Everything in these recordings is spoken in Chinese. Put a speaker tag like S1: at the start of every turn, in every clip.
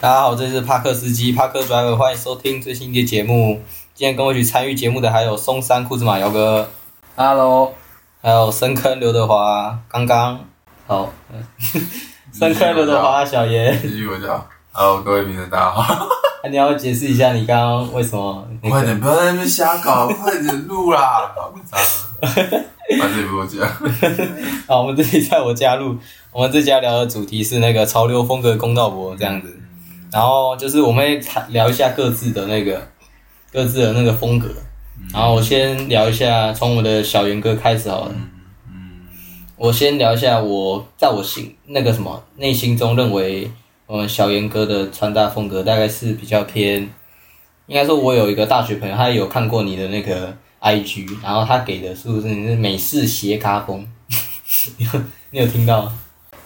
S1: 大家好，这里是帕克司机帕克 driver，欢迎收听最新一期节目。今天跟我一起参与节目的还有松山库兹马姚哥，
S2: Hello，
S1: 还有深坑刘德华刚刚，好，嗯深坑刘德华小爷，
S3: 继续我叫，Hello，各位民众大家好，
S1: 那你要解释一下你刚刚为什么 那
S3: 快
S1: 个？
S3: 点不要在那边瞎搞，快点录啦，搞不着，反正也不多讲，
S1: 啊好，我们这里在我家录，我们这家聊的主题是那个潮流风格公道博这样子，然后就是我们会谈聊一下各自的那个各自的那个风格，然后我先聊一下，从我的小严哥开始好了。
S3: 嗯
S1: 我先聊一下我在我心那个什么内心中认为，嗯，小严哥的穿搭风格大概是比较偏，应该说我有一个大学朋友，他有看过你的那个 IG，然后他给的是不是你是美式斜咖风？ 你有你有听到吗？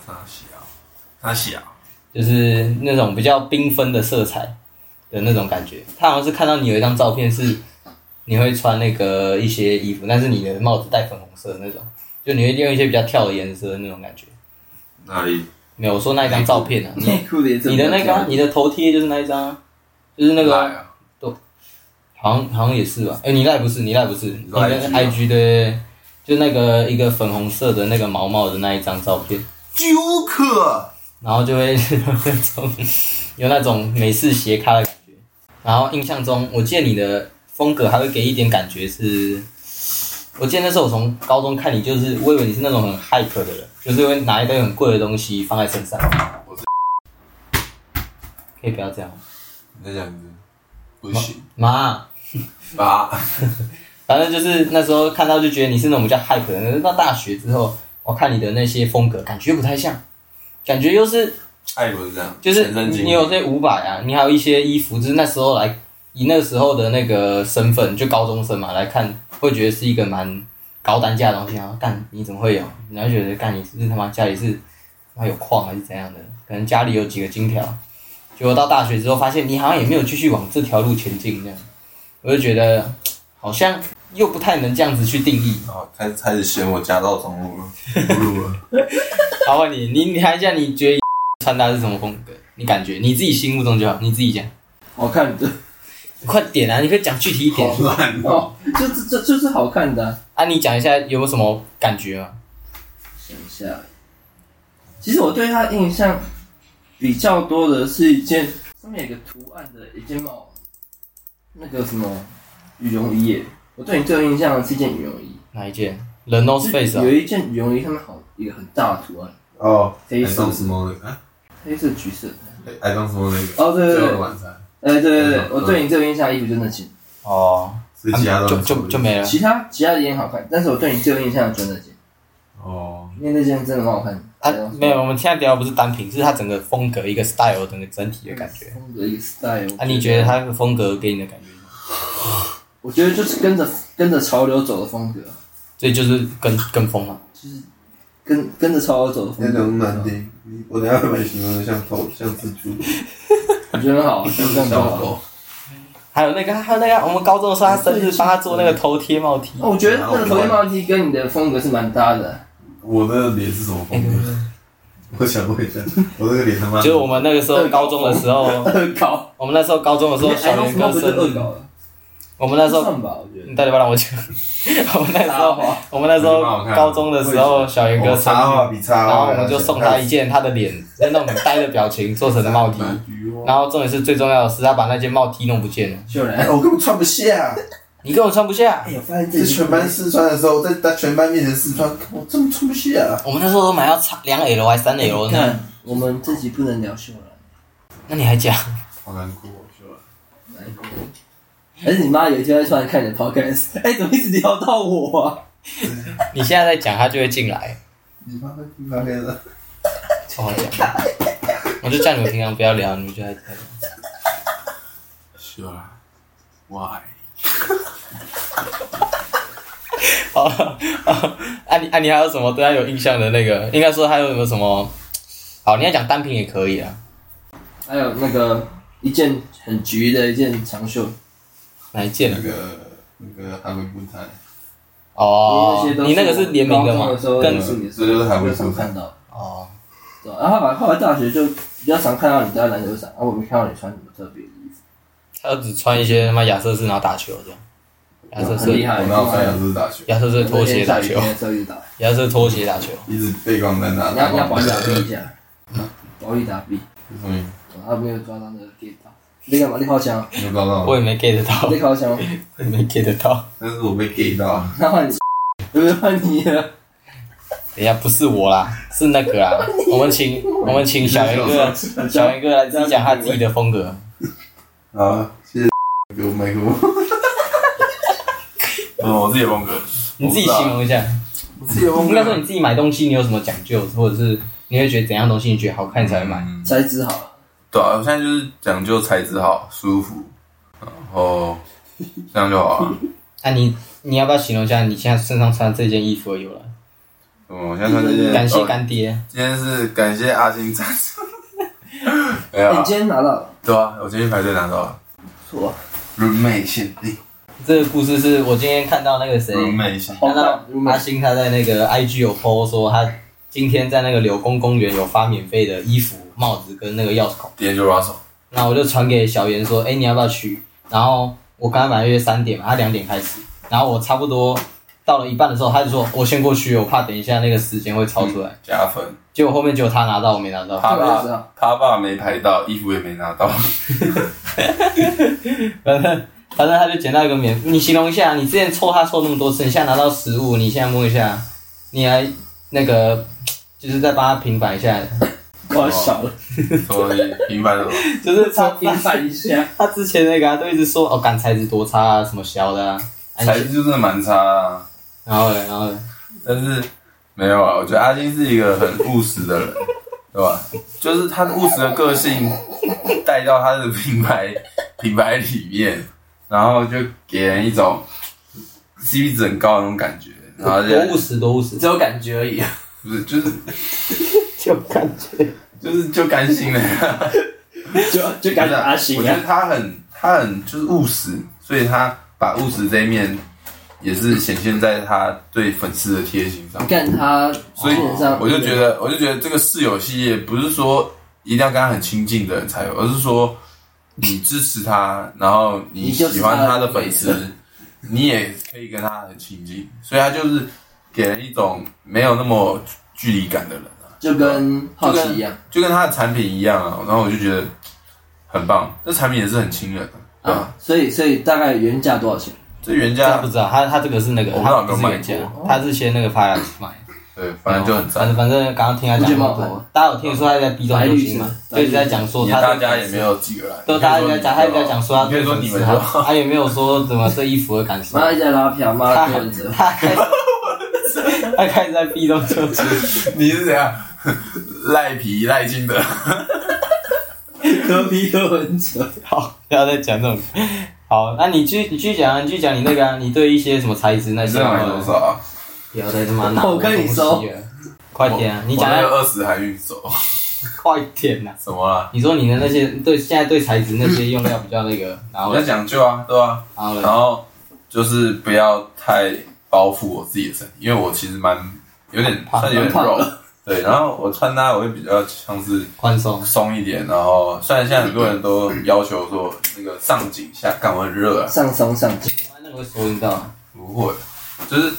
S3: 他小，他小，
S1: 就是那种比较缤纷的色彩的那种感觉。他好像是看到你有一张照片是你会穿那个一些衣服，但是你的帽子戴粉红色的那种，就你会用一些比较跳的颜色的那种感觉。
S3: 那里
S1: 没有，我说那一张照片 啊，你
S2: 内裤的颜色
S1: 你的那个啊、你的头贴就是那一张啊，就是那个啊、
S3: 赖啊
S1: 好像好像也是吧？哎、你赖不是，你赖不是，你
S3: 说 IG
S1: 的 IG 的，就那个一个粉红色的那个毛毛的那一张照片。
S3: ，Joker，
S1: 然后就会有那种有那种美式斜咖的感觉。然后印象中，我记得你的风格还会给一点感觉是，我记得那时候我从高中看你，就是我以为你是那种很 hype 的人，就是会拿一堆很贵的东西放在身上。
S3: 我是
S1: 可以不要这样吗，
S3: 你在讲什么不行
S1: 妈。
S3: 吧？
S1: 反正就是那时候看到就觉得你是那种比较 hype 的人，到大学之后，我看你的那些风格感觉不太像，感觉又是
S3: 爱不是这样，
S1: 就是
S3: 全身
S1: 你
S3: 经
S1: 你有这五百啊，你还有一些衣服，就是那时候来以那时候的那个身份，就高中生嘛来看，会觉得是一个蛮高单价的东西啊。干你怎么会有？你还觉得干你是不是他妈家里是他妈有矿啊还是怎样的？可能家里有几个金条。结果到大学之后，发现你好像也没有继续往这条路前进，这样，我就觉得好像又不太能这样子去定义。
S3: 哦，开始开始嫌我家道中落了，不录了，
S1: 好，问你，你你谈一下，你觉得穿搭是什么风格？你感觉你自己心目中就好，你自己讲。
S2: 好看的
S1: 快点啊！你可以讲具体一点
S3: 好烂哦，
S2: 哦，这这这这是好看的啊、
S1: 啊！你讲一下有没有什么感觉啊吗？
S2: 想一下，其实我对它印象比较多的是一件上面有个图案的一件帽，那个什么羽绒衣耶。我对你最有印象的是一件羽绒衣，
S1: 哪一件？The North
S2: 是
S1: Face 啊
S2: 有？一件羽绒衣上面好一个很大的图案，
S3: 哦，
S2: 黑色
S3: don't know 那个，啊
S2: 黑色橘色。
S3: ，I don't know 那个，
S2: 哦，对对
S3: 最后
S2: 对
S3: 的，晚餐，
S2: 哎、对对对
S3: 嗯，
S2: 我对你最有印象的衣服就那件，
S1: 哦，
S3: 所以其他都
S1: 就
S3: 很丑
S1: 就就没了。
S2: 其他其他的也很好看，但是我对你最有印象的就那件。
S3: 哦，
S2: 因为那件真的蛮好看的
S1: 啊，没有，我们现在聊的不是单品，是它整个风格、一个 style、整个整体的感觉。
S2: 风格一个 style。
S1: 啊，你觉得它的风格给你的感觉是什么？
S2: 我觉得就是跟着跟着潮流走的风格，
S1: 所以就是跟跟风嘛。
S2: 跟跟着潮流走的风
S3: 那
S2: 格。
S3: 种难听，我等下会把你形容的像狗，像蜘蛛，
S2: 我觉得很好，就这样就
S3: 小
S2: 好。
S3: 狗。
S1: 还有那个，还有那个，我们高中的时候，他生日帮他做那个头贴帽 T。
S2: 那我觉得那个头巾帽 T 跟你的风格是蛮搭的。
S3: 我的脸是什么
S1: 哎
S3: 风格？我想问一下，我这个脸他妈
S1: 就是我们那个时候高中的时候，
S2: 恶搞，
S1: 我们那时候高中的时候，小
S2: 哎
S1: 元
S2: 那
S1: 哥
S2: 不是
S1: 生
S2: 恶
S1: 日，
S2: 搞了，
S1: 我们那时候，
S2: 算吧，我觉得
S1: 你。到底要不要让我讲？ 我们那时
S2: 插
S1: 候，
S2: 花，
S1: 我们那时候
S3: 蛮好看的
S1: 高中的时候，小元哥
S3: 我
S1: 生
S3: 哦插
S1: 日，
S3: 画比插画，
S1: 然后我们就送他一件他的脸那种很呆的表情做成的帽 T，然
S3: 哦
S1: 后重点是最重要的是他把那件帽 T 弄不见了，
S2: 秀
S3: 哎
S2: 兰。
S3: 我根本穿不 下，
S1: 你根本穿不下
S2: 哎。呦，发现这
S3: 在全班试穿的时候，在在全班面前试穿，我真的穿不下。啊
S1: 我们那时候都买到差两 L 还三 L 呢，
S2: 看，我们这集不能聊秀兰，
S1: 那你还讲？
S3: 好难过，是吧？
S2: 难过。还是你妈有一天会突然看你的 podcast，哎， 怎么一直聊到我啊？
S1: 你现在在讲，他就会进 来，
S3: 你妈会听到黑的，
S1: 超好讲。我就叫你们平常不要聊，你们就在
S3: 是吧？Why？
S1: 好了。哦啊你啊你还有什么对他有印象的那个？应该说还有没有什么？好，你要讲单品也可以啊。
S2: 还有那个一件很橘的一件长袖，
S1: 哪一件啊
S3: 那？个那个海龟布袋，
S1: 哦
S2: 因
S1: 你
S2: 为，那些都是
S1: 那个是联名的
S2: 我
S1: 嘛
S2: 高中的时？候
S1: 跟
S2: 嗯
S3: 这就是海龟布
S2: 我
S3: 袋。
S2: 看到。
S1: 哦，
S2: 啊对，然后后来后来大学就比较常看到你在篮球场，啊，我没看到你穿什么特别的衣服，
S1: 他只穿一些他妈亚瑟士，然后打球这样。亚瑟
S2: 很厉
S1: 士，
S2: 害，
S3: 我哪有穿亚瑟打球，
S1: 亚瑟士拖鞋打
S2: 我
S1: 球
S2: 那，天下雨天的时候一直打，
S1: 亚瑟士拖鞋打球。
S3: 一直背光在那。
S2: 你要你要保利
S3: 是
S2: 达比一下，保利达比，
S3: 什么意思？
S2: 哦他没有抓到那个 get 到，你干嘛？你靠墙，
S3: 你有抓到
S1: 我
S3: 吗？
S1: 也没 get 到，
S2: 你靠墙，
S1: 我也没 get 到。
S3: 但是我被 gay 到了，
S2: 他换你，不是换你了，
S1: 等一下，不是我啦，是那个 啦。我们请我们请小
S3: 一
S1: 元哥，小元哥来自己讲他自己的风格。
S3: 好，谢谢给我麦克风。嗯，我自己的风格，
S1: 你自己形容一下。
S3: 我自己的风
S1: 应该说
S3: 格。
S1: 你自己买东西，你有什么讲究，或者是你会觉得怎样东西你觉得好看才会买？
S3: 嗯
S2: 材质好了，
S3: 对啊，我现在就是讲究材质好、舒服，然后这样就好了。
S1: 那、啊你你要不要形容一下你现在身上穿的这件衣服的由来？
S3: 嗯，我现在穿这件，
S1: 感谢
S3: 哦
S1: 干爹，
S3: 今天是感谢阿星赞助。没有
S2: 哎你
S3: 啊，
S2: 今天拿到了，
S3: 对啊，我今天排队拿到了
S2: 不错啊，
S3: roommate 限定
S1: 这个故事是我今天看到那个谁，
S3: ，roommate 限定，
S1: 看到阿星他在那个 IG 有 PO 说他今天在那个柳工公园有发免费的衣服、帽子跟那个钥匙孔，
S3: d a n g e r Russell，
S1: 那我就传给小袁说，哎、你要不要去？然后我刚才买约三点嘛，他两点开始，然后我差不多到了一半的时候，他就说我先过去，我怕等一下那个时间会超出来。
S3: 加分。
S1: 结果后面只有他拿到，我没拿到。
S3: 他
S2: 这个我知
S3: 爸
S2: 道
S3: 他爸没排到，衣服也没拿到。
S1: 反正反正他就捡到一个免，你形容一下，你之前抽他抽那么多次，你现在拿到食物，你现在摸一下，你来那个就是再帮他平反一下，
S2: 我好小了，
S3: 所以平凡的
S1: 就是他
S2: 平反一下，
S1: 他之前那个、啊、都一直说哦，干材质多差啊，什么小的啊，啊
S3: 材
S1: 你
S3: 质就是蛮差、啊，
S1: 然后嘞，然后嘞，
S3: 但是没有啊。我觉得阿金是一个很务实的人，对吧？就是他务实的个性带到他的品 牌品牌里面，然后就给人一种 CP 值很高的那种感觉。然后就
S1: 多务实，多务实，
S2: 只有感觉而 已，啊
S3: 不是就是
S1: 就感 觉
S3: 就是就甘心了。
S2: 就就感觉阿
S3: 我
S2: 行
S3: 觉
S2: 啊
S3: 得，他很他很就是务实，所以他把务实这一面也是显现在他对粉丝的贴心上
S2: 你。看他基
S3: 所以
S2: 本上，
S3: 我就觉得，我就觉得这个室友系列不是说一定要跟他很亲近的人才有，而是说你支持他，然后你
S2: 你就是
S3: 喜欢
S2: 他
S3: 他
S2: 的
S3: 的粉丝，你也可以跟他很亲近，所以他就是给人一种没有那么距离感的人啊，
S2: 就跟好奇一样，
S3: 就跟他的产品一样啊。然后我就觉得很棒，这产品也是很亲人的啊。
S2: 啊，所以所以大概原价多少钱？
S3: 这原
S2: 啊
S1: 他
S3: 价
S1: 不知道，他他这个是那个，
S3: 我不知
S1: 他
S3: 道有
S1: 不是
S3: 没有
S1: 原价
S3: 买，
S1: 他是先那个发来买的。
S3: 对，反正就很
S1: 反
S3: 赞
S1: 正。反正刚刚听他讲那么
S2: 我觉得蛮好
S1: 多，大家有听说他在 B 站
S2: 白
S1: 流
S2: 绿
S1: 行嘛
S2: 是吗？
S1: 就一直在讲说
S3: 你
S1: 他
S3: 大
S1: 的
S3: 家也
S1: 粉丝
S3: 没，有几个来，
S1: 都大家在讲，他一直在
S3: 你
S1: 讲说他
S3: 可以说你
S1: 对
S3: 们
S1: 粉
S3: 就
S1: 丝啊
S3: 好。
S1: 他也没有说怎么这衣服的感受，
S2: 妈一直在拉票，妈
S1: 他
S2: 柯文哲，
S1: 他开始他开始在 B 站就出，
S3: 你是怎样赖皮赖金的？
S2: 柯比柯文哲，
S1: 好，不要再讲这种。好，那你继续你继续讲啊，你继续讲你那个啊，你对一些什么材质那
S3: 你
S1: 些
S3: 这买多少啊？
S1: 不要再他妈拿
S2: 我跟你说
S1: 东西了，快点啊，你讲
S3: 我那个
S1: 啊
S3: 二十还运走，
S1: 快点呐！
S3: 什么啊啦？
S1: 你说你的那些对现在对材质那些用料比较那个，然后
S3: 我要讲究啊，对吧、
S1: 然后嘞
S3: 然后就是不要太包覆我自己的身体，因为我其实蛮有点
S1: 胖
S3: 算有点
S2: 蛮胖
S3: 肉，对。然后我穿搭我会比较像是
S1: 宽松，
S3: 松一点，然后虽然现在很多人都要求说那个上紧下干，我很热啊，
S2: 上松上紧，
S1: 那个会收音到。
S3: 不会，就是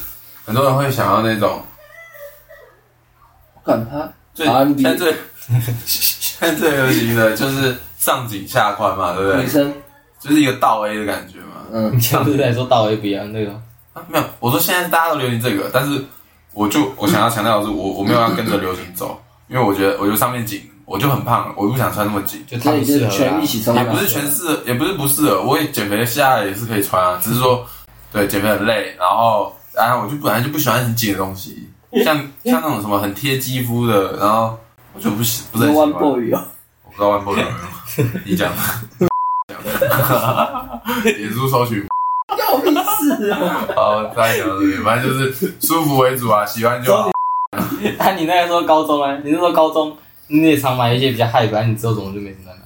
S3: 很多人会想要那种
S2: 管他
S3: 最
S2: R&B
S3: 现在最 现在最流行的就是上紧下宽嘛，对不
S2: 女
S3: 对？
S2: 生，
S3: 就是一个倒 A 的感觉嘛。
S2: 嗯
S1: 你，前不是在说倒 A 不一样那个？
S3: 啊没有，我说现在大家都流行这个，但是我就我想要强调的是，我我没有要跟着流行走，因为我觉得我就上面紧，我就很胖，我不想穿那么紧。
S1: 就他
S2: 那
S1: 不
S2: 你
S1: 适
S2: 就
S1: 合啦
S2: 全一起松
S3: 也
S2: 吧，
S3: 不是全适合，也不是不适合，我也减肥下来也是可以穿啊，只是说对减肥很累，然后然后我就本来就不喜欢很紧的东西，像像那种什么很贴肌肤的，然后我就不喜不是
S2: 是
S3: 很喜
S2: One
S3: 欢。
S2: Boy 哦，
S3: 我不知道万波有没有，你讲。脸书搜寻，
S2: 要屁事哦，
S3: 好，再讲这个，反正就是舒服为主啊，喜欢就好。
S1: 啊，你那个时候高中啊呢？你那时候高中你也常买一些比较嗨的，啊你之后怎么就没什么在买？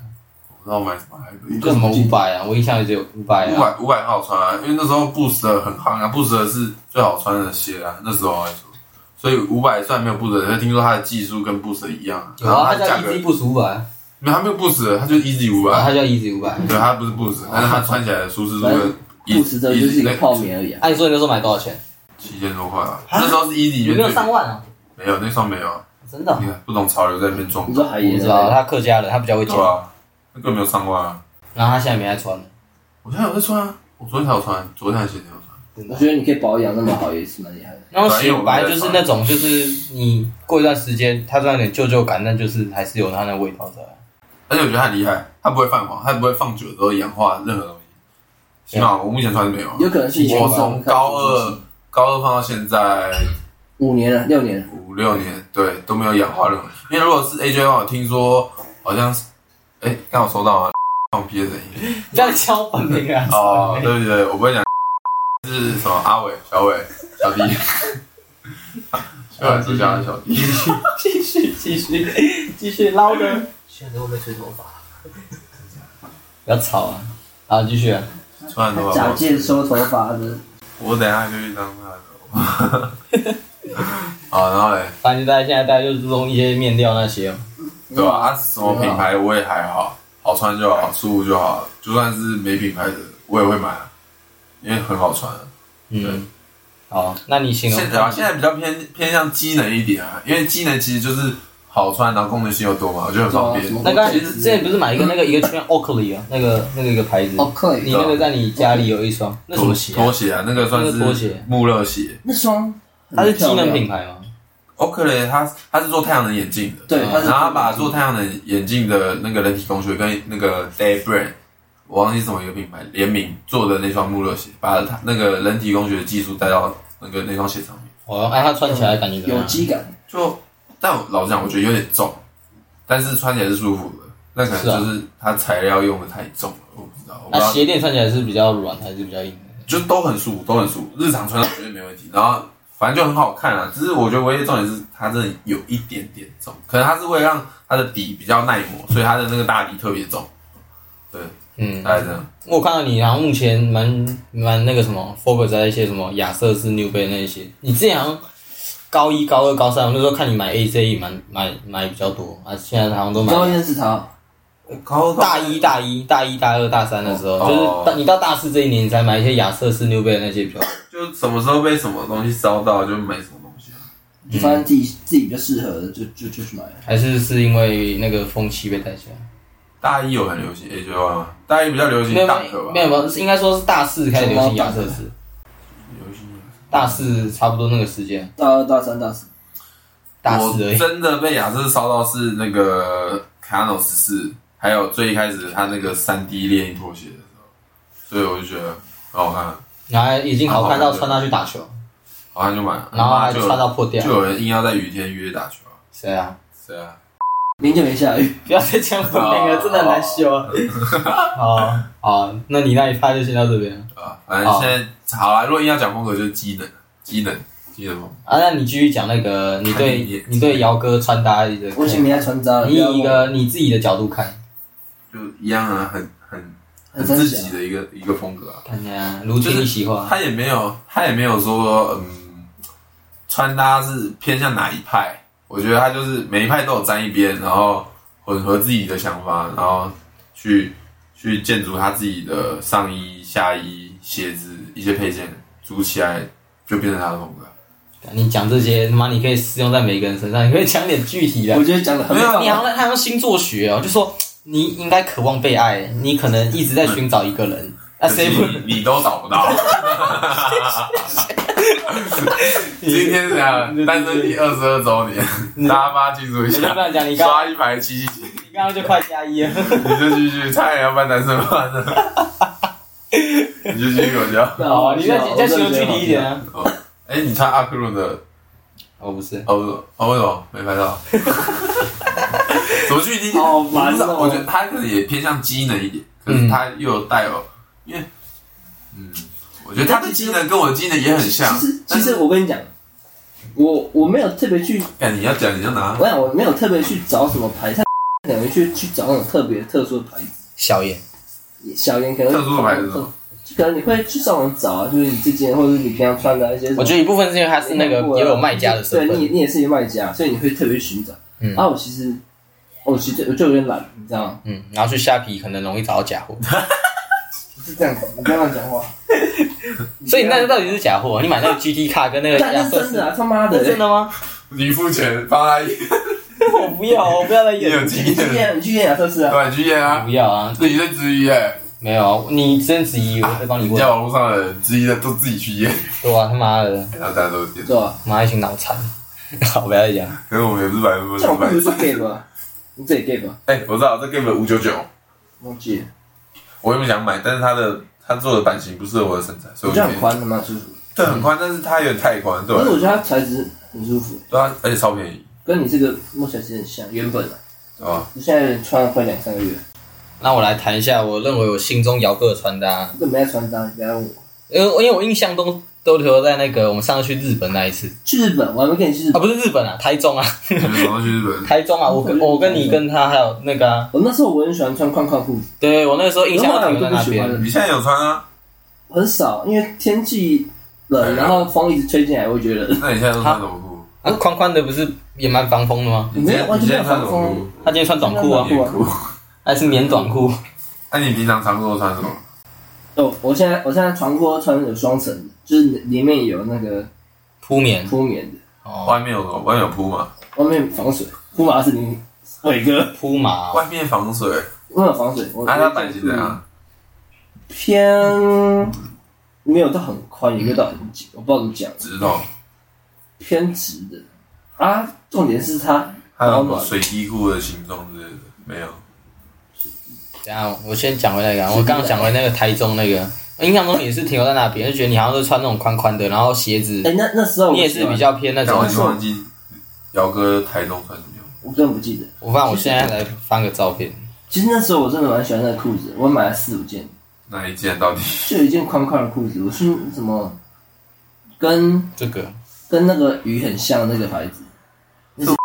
S3: 我不知道买什么还可以，
S1: 就什么五百啊，我印象里只有五百
S3: 五
S1: 啊。
S3: 百五百很好穿啊，因为那时候 Boost 的很夯啊，Boost 的是最好穿的鞋啊，那时候来说，所以五百虽然没有 Boost，的但听说它的技术跟 Boost 的一样啊，
S1: 有
S3: 然后
S1: 啊，
S3: 它
S1: 它
S3: 的价
S1: 叫
S3: 格
S1: 一 G 不数五百啊，
S3: 没有他没有不死，他就是 easy 五
S1: 啊，
S3: 百，
S1: 它叫 Easy 五百。
S3: 对他不是不死，但是他穿起来的舒适度
S2: 反
S3: 跟
S2: 正不死者就是一个泡棉而已啊。
S1: 按说你那时候买多少钱？
S3: 七千多块啊，那时候是 easy 里面最
S1: 万啊？
S3: 没有那时候没有，
S1: 真的哦？
S3: 你看不懂潮流在那边撞
S2: 你，说海
S1: 我
S2: 盐
S1: 不知道，他客家人，他比较会
S3: 对啊
S1: 讲。
S3: 吧？那个没有上万啊，
S1: 然后他现在没在穿了，
S3: 我现在有在穿啊，我昨天才有穿，昨天还是前天有穿，
S1: 真
S2: 我
S1: 的。
S2: 觉得你可以保养那么好，也是蛮厉害的。
S1: 然后
S3: 反正
S1: 鞋
S3: 啊我
S1: 本来
S3: 没在
S1: 就是
S3: 穿
S1: 那种，就是你过一段时间，它虽然有点旧旧感，但就是还是有它那味道在。
S3: 而且我觉得他很厉害，他不会泛黄，他不会放久之后氧化任何东西，起码我目前穿是没有啊。
S2: 有可能是以前
S3: 我
S2: 吧
S3: 从高二高二放到现在
S2: 五年了，六年了，
S3: 五六年，对都没有氧化任何。因为如果是 AJ 的话，我听说好像是，哎、刚好收到吗？放屁的声 音。
S1: 这样敲本名啊
S3: 哦，对不对？我不会讲，是什么阿伟、小伟、小弟，小伟是叫小弟。
S1: 继续继续继续捞的。现在都被吹头发，不要吵啊！好，继续啊。
S3: 突然头
S2: 假
S3: 发，
S2: 借收头发的，
S3: 我等一下就去当他的。 好，然后嘞，
S1: 反正大家现在大家就是用一些面料那些哦，
S3: 对吧？啊，什么品牌我也还好，好穿就好，舒服就好。就算是没品牌的，我也会买啊，因为很好穿啊。对
S1: 嗯，好，那你形容
S3: 现在啊，现在比较偏偏向机能一点啊，因为机能其实就是好穿，然后功能性又多嘛，我觉得很方便。
S2: 对啊
S1: 那刚才
S2: 其
S1: 之
S2: 实
S1: 前不是买一个那个一个圈 Oakley 啊，那个那个一个牌子，
S2: 哦，可
S1: 你
S2: 以。
S1: 那个在你家里有一双，那什么鞋啊？
S3: 拖鞋啊，那个算
S1: 那个拖
S3: 是
S1: 鞋
S3: 穆勒鞋。
S2: 那双
S1: 它是
S2: 很
S1: 机
S2: 漂亮
S1: 能品，牌吗？
S3: Oakley 它它是做太阳能眼镜的，嗯
S2: 对，它是
S3: 然后它把做太阳能眼镜的那个人体工学跟那个 Day Brand，我忘记什么一个品牌联名做的那双穆勒鞋，把它那个人体工学的技术带到那个那双鞋上面。
S1: 我要按哦它穿起来感觉怎么
S2: 有
S1: 样？
S2: 机
S3: 嗯
S2: 感，
S3: 就但我老实讲，我觉得有点重，但是穿起来是舒服的。那可能
S1: 是啊
S3: 就是它材料用的太重了，我不知道，我不
S1: 那
S3: 知道，
S1: 鞋垫穿起来是比较软还是比较硬的？
S3: 就都很舒服，都很舒服，日常穿上绝对没问题。然后反正就很好看啊，只是我觉得唯一的重点是它真的有一点点重，可能它是为了让它的底比较耐磨，所以它的那个大底特别重。对，
S1: 嗯，
S3: 大概这样。
S1: 我看到你好像目前蛮蛮那个什么 focus 在一些什么亚瑟士、New Bay 那些。你之前好像高一、高二、高三，我那时候看你买 AJ 蛮买买比较多啊，现在好像都买
S2: 高一认识他，
S3: 高
S1: 大一、大一、大一、大二、大三的时候，
S3: 哦
S1: 就是到你到大四这一年，你才买一些亚瑟士、New Bay 那些比较多。
S3: 就什么时候被什么东西烧到，就买什么东西啊。
S2: 就发现自己自己比较适合的，就就就去买了。
S1: 还是是因为那个风气被带起来？
S3: 大一有很流行 AJ 吗？大一比较流行哎
S1: 没有
S3: 啊大可吧？
S1: 没有没有，应该说是大四开始流行亚瑟士，
S3: 流行。
S1: 大四差不多那个时间，
S2: 大二、大三、大四，
S1: 大
S3: 我
S1: 四而已。
S3: 真的被亚瑟烧到是那个 Cano 十四，还有最一开始他那个三 D 猎鹰拖鞋的时候，所以我就觉得很好看，
S1: 然后已经好看到穿它去打球，
S3: 好看就买了。
S1: 然后还
S3: 就
S1: 穿到破掉
S3: 嗯就。有人硬要在雨天约打球啊，
S1: 谁啊？
S3: 谁啊？
S2: 明天没下雨，
S1: 不要再讲本名
S3: 哦
S1: 了，真的很难修啊。 好好，那你那一趴就先到这边
S3: 对吧？啊反正
S1: 好
S3: 现在好啦，如果硬要讲风格，就是机能，机能，机能风格。
S1: 啊。那你继续讲那个，你
S3: 看你
S1: 对
S3: 也
S1: 你对姚哥穿搭的，
S2: 我已经没在穿搭了。
S1: 你
S2: 不要问
S1: 以一个你自己的角度看，
S3: 就一样啊，很很
S2: 很真
S3: 自
S2: 实啊
S3: 己的一个一个风格啊。
S1: 看见啊，如听你喜欢。
S3: 他也没有，他也没有说嗯，穿搭是偏向哪一派。我觉得他就是每一派都有沾一边，然后混合自己的想法，然后去去建筑他自己的上衣、下衣、鞋子一些配件，组起来就变成他的风格。
S1: 你讲这些，他妈你可以适用在每个人身上，你可以讲点具体的
S2: 我。觉得讲的很
S3: 没有啊
S2: 棒
S1: 你好像他用星座学哦，就说你应该渴望被爱，你可能一直在寻找一个人。啊，
S3: 可是
S1: 谁不？
S3: 你你都找不到。今天啊怎样？单身第二十二周年，大家帮他庆祝
S1: 我
S3: 一
S1: 就
S3: 下
S1: 这，样讲，你刚
S3: 刷一排七七七。
S1: 你刚刚就快加一了。啊
S3: 你就继续，差点要办男生班了。你就继续给我教。
S2: 对啊
S1: 哦，你再
S2: 我
S1: 再
S2: 真
S1: 形容
S2: 的觉
S1: 具
S2: 得
S1: 体一点啊。
S3: 哦，哎、你穿阿克鲁的，
S1: 我不是，
S3: 哦哦，为什么没拍到？怎么去？
S2: 好
S3: 我
S2: 烦哦
S3: 不知道，我觉得他可能也偏向机能一点，可是他又有带有，因为，嗯，我觉得他的机能跟我的机能也很像
S2: 其实。其
S3: 但
S2: 实
S3: 是，
S2: 我跟你讲，我我没有特别去，
S3: 哎，你要讲你就拿
S2: 我，想我没有特别去找什么牌，子，可能去去找那种特别特殊的牌子。
S1: 小严，
S2: 小严可能
S3: 特殊的牌子是什么
S2: 就可能你会去上网找啊，就是你之前或者是你平常穿的啊一些什么。啊
S1: 我觉得一部分是因为他是那个也有卖家的身
S2: 对你
S1: 份，
S2: 你也是一个卖家，所以你会特别寻找。
S1: 嗯
S2: 啊，我其实我其实我就有点懒，你知道吗？
S1: 嗯，然后去虾皮可能容易找到假货，
S2: 不是这样子，你不要乱讲话。
S1: 所以那个到底是假货？你买那个 GT 卡跟那个
S2: 干
S1: 亚
S2: 那
S1: 瑟
S2: 真
S1: 士
S2: 的，啊，他妈的
S1: 那
S2: 欸！
S1: 真的吗？
S3: 你付钱帮他验，
S1: 我不要，我不要再
S3: 你有
S1: 演，
S3: 经
S2: 欸你去
S3: 验，
S2: 验，你去验亚瑟士啊！
S3: 对，你去验啊
S1: 不，要啊，
S3: 自己在质疑哎，
S1: 没有，啊你真质疑我在帮你
S3: 人
S1: 问
S3: 家，网络上的人质疑的都自己去验，
S1: 对啊，他妈的，
S3: 然后大家都验，
S2: 对吧？
S1: 妈一群脑残， 好，不要再讲，
S3: 可是我们也不是百分
S2: 像我不
S3: 之
S2: 如是
S3: 百。
S2: gay 吧，你自己 gay 吧，
S3: 哎，我知道这 game 五九九，
S2: 忘记了，
S3: 我原本想买，但是它的它做的版型不适合我的身材，所以我
S2: 我觉
S3: 就
S2: 得很宽的嘛，舒服。
S3: 对，很宽，但是它有点太宽，嗯对
S2: 可
S3: 吧
S2: 是？我觉得它材质很舒服，
S3: 对啊，而且超便宜，哦
S2: 跟你这个摸起来是很像，原本啊，
S3: 对吧？
S2: 就现在穿了快两三个月，
S1: 那我来谈一下我认为我心中姚哥的穿搭，
S2: 根本没在穿搭，你不要问我。
S1: 因为因为我印象中都留在那个我们上次去日本那一次
S2: 去日本，我还没跟你去日
S1: 啊，
S3: 哦
S2: 本，
S1: 不是日本啊，台中啊，
S3: 你们怎么去日本？
S1: 台中啊，我跟我跟你跟他还有那个、啊，
S2: 我那时候我很喜欢穿宽胯裤，
S1: 对我那个时候印象都停留在那
S2: 我后来我就不喜欢
S1: 边
S2: 了，
S3: 你现在有穿啊？
S2: 很少，因为天气
S3: 哎呀
S2: 冷，然后风一直吹进来，我会觉得
S3: 那你现在都穿什么裤？
S1: 啊，宽宽的不是也蛮防风的吗？
S3: 你今天
S2: 完
S3: 你今
S2: 全没有
S3: 天穿什么
S2: 防
S3: 裤？
S1: 他今天穿短裤 啊，
S3: 棉裤。
S1: 还是棉短裤，
S3: 那啊你平常常裤都穿什么？
S2: 哦，我现在我现在床裤都穿有双层的，就是里面有那个
S1: 铺
S3: 嗯
S1: 棉
S2: 铺棉的，
S1: 哦，
S3: 外面有什么？外面有铺吗？
S2: 外面防水，铺麻是你伟哥，
S1: 铺麻哦、
S3: 外面防水。
S2: 外面有防水，我
S3: 啊，它版型怎样？
S2: 偏没有到很宽，也没有到很紧，我不知道怎么讲，
S3: 直筒。
S2: 偏直的啊。重点是它
S3: 还有
S2: 保
S3: 什么
S2: 暖，
S3: 水滴裤的形状之类的？没有。
S1: 等一下我先讲回那个啊，我刚刚讲回那个台中那个，我印象中你是停留在那边，就觉得你好像是穿那种宽宽的，然后鞋子
S2: 哎、那那时候我
S1: 你也是比，较偏那
S3: 但
S1: 种
S3: 我已。经忘记姚哥台中穿什么了。
S2: 我根本不记得。
S1: 我放我现在来翻个照片，
S2: 其实那时候我真的蛮喜欢那个裤子，我买了四五件，
S3: 那一件到底？
S2: 就有一件宽宽的裤子，我是什么跟
S1: 这个
S2: 跟那个鱼很像的那个牌子，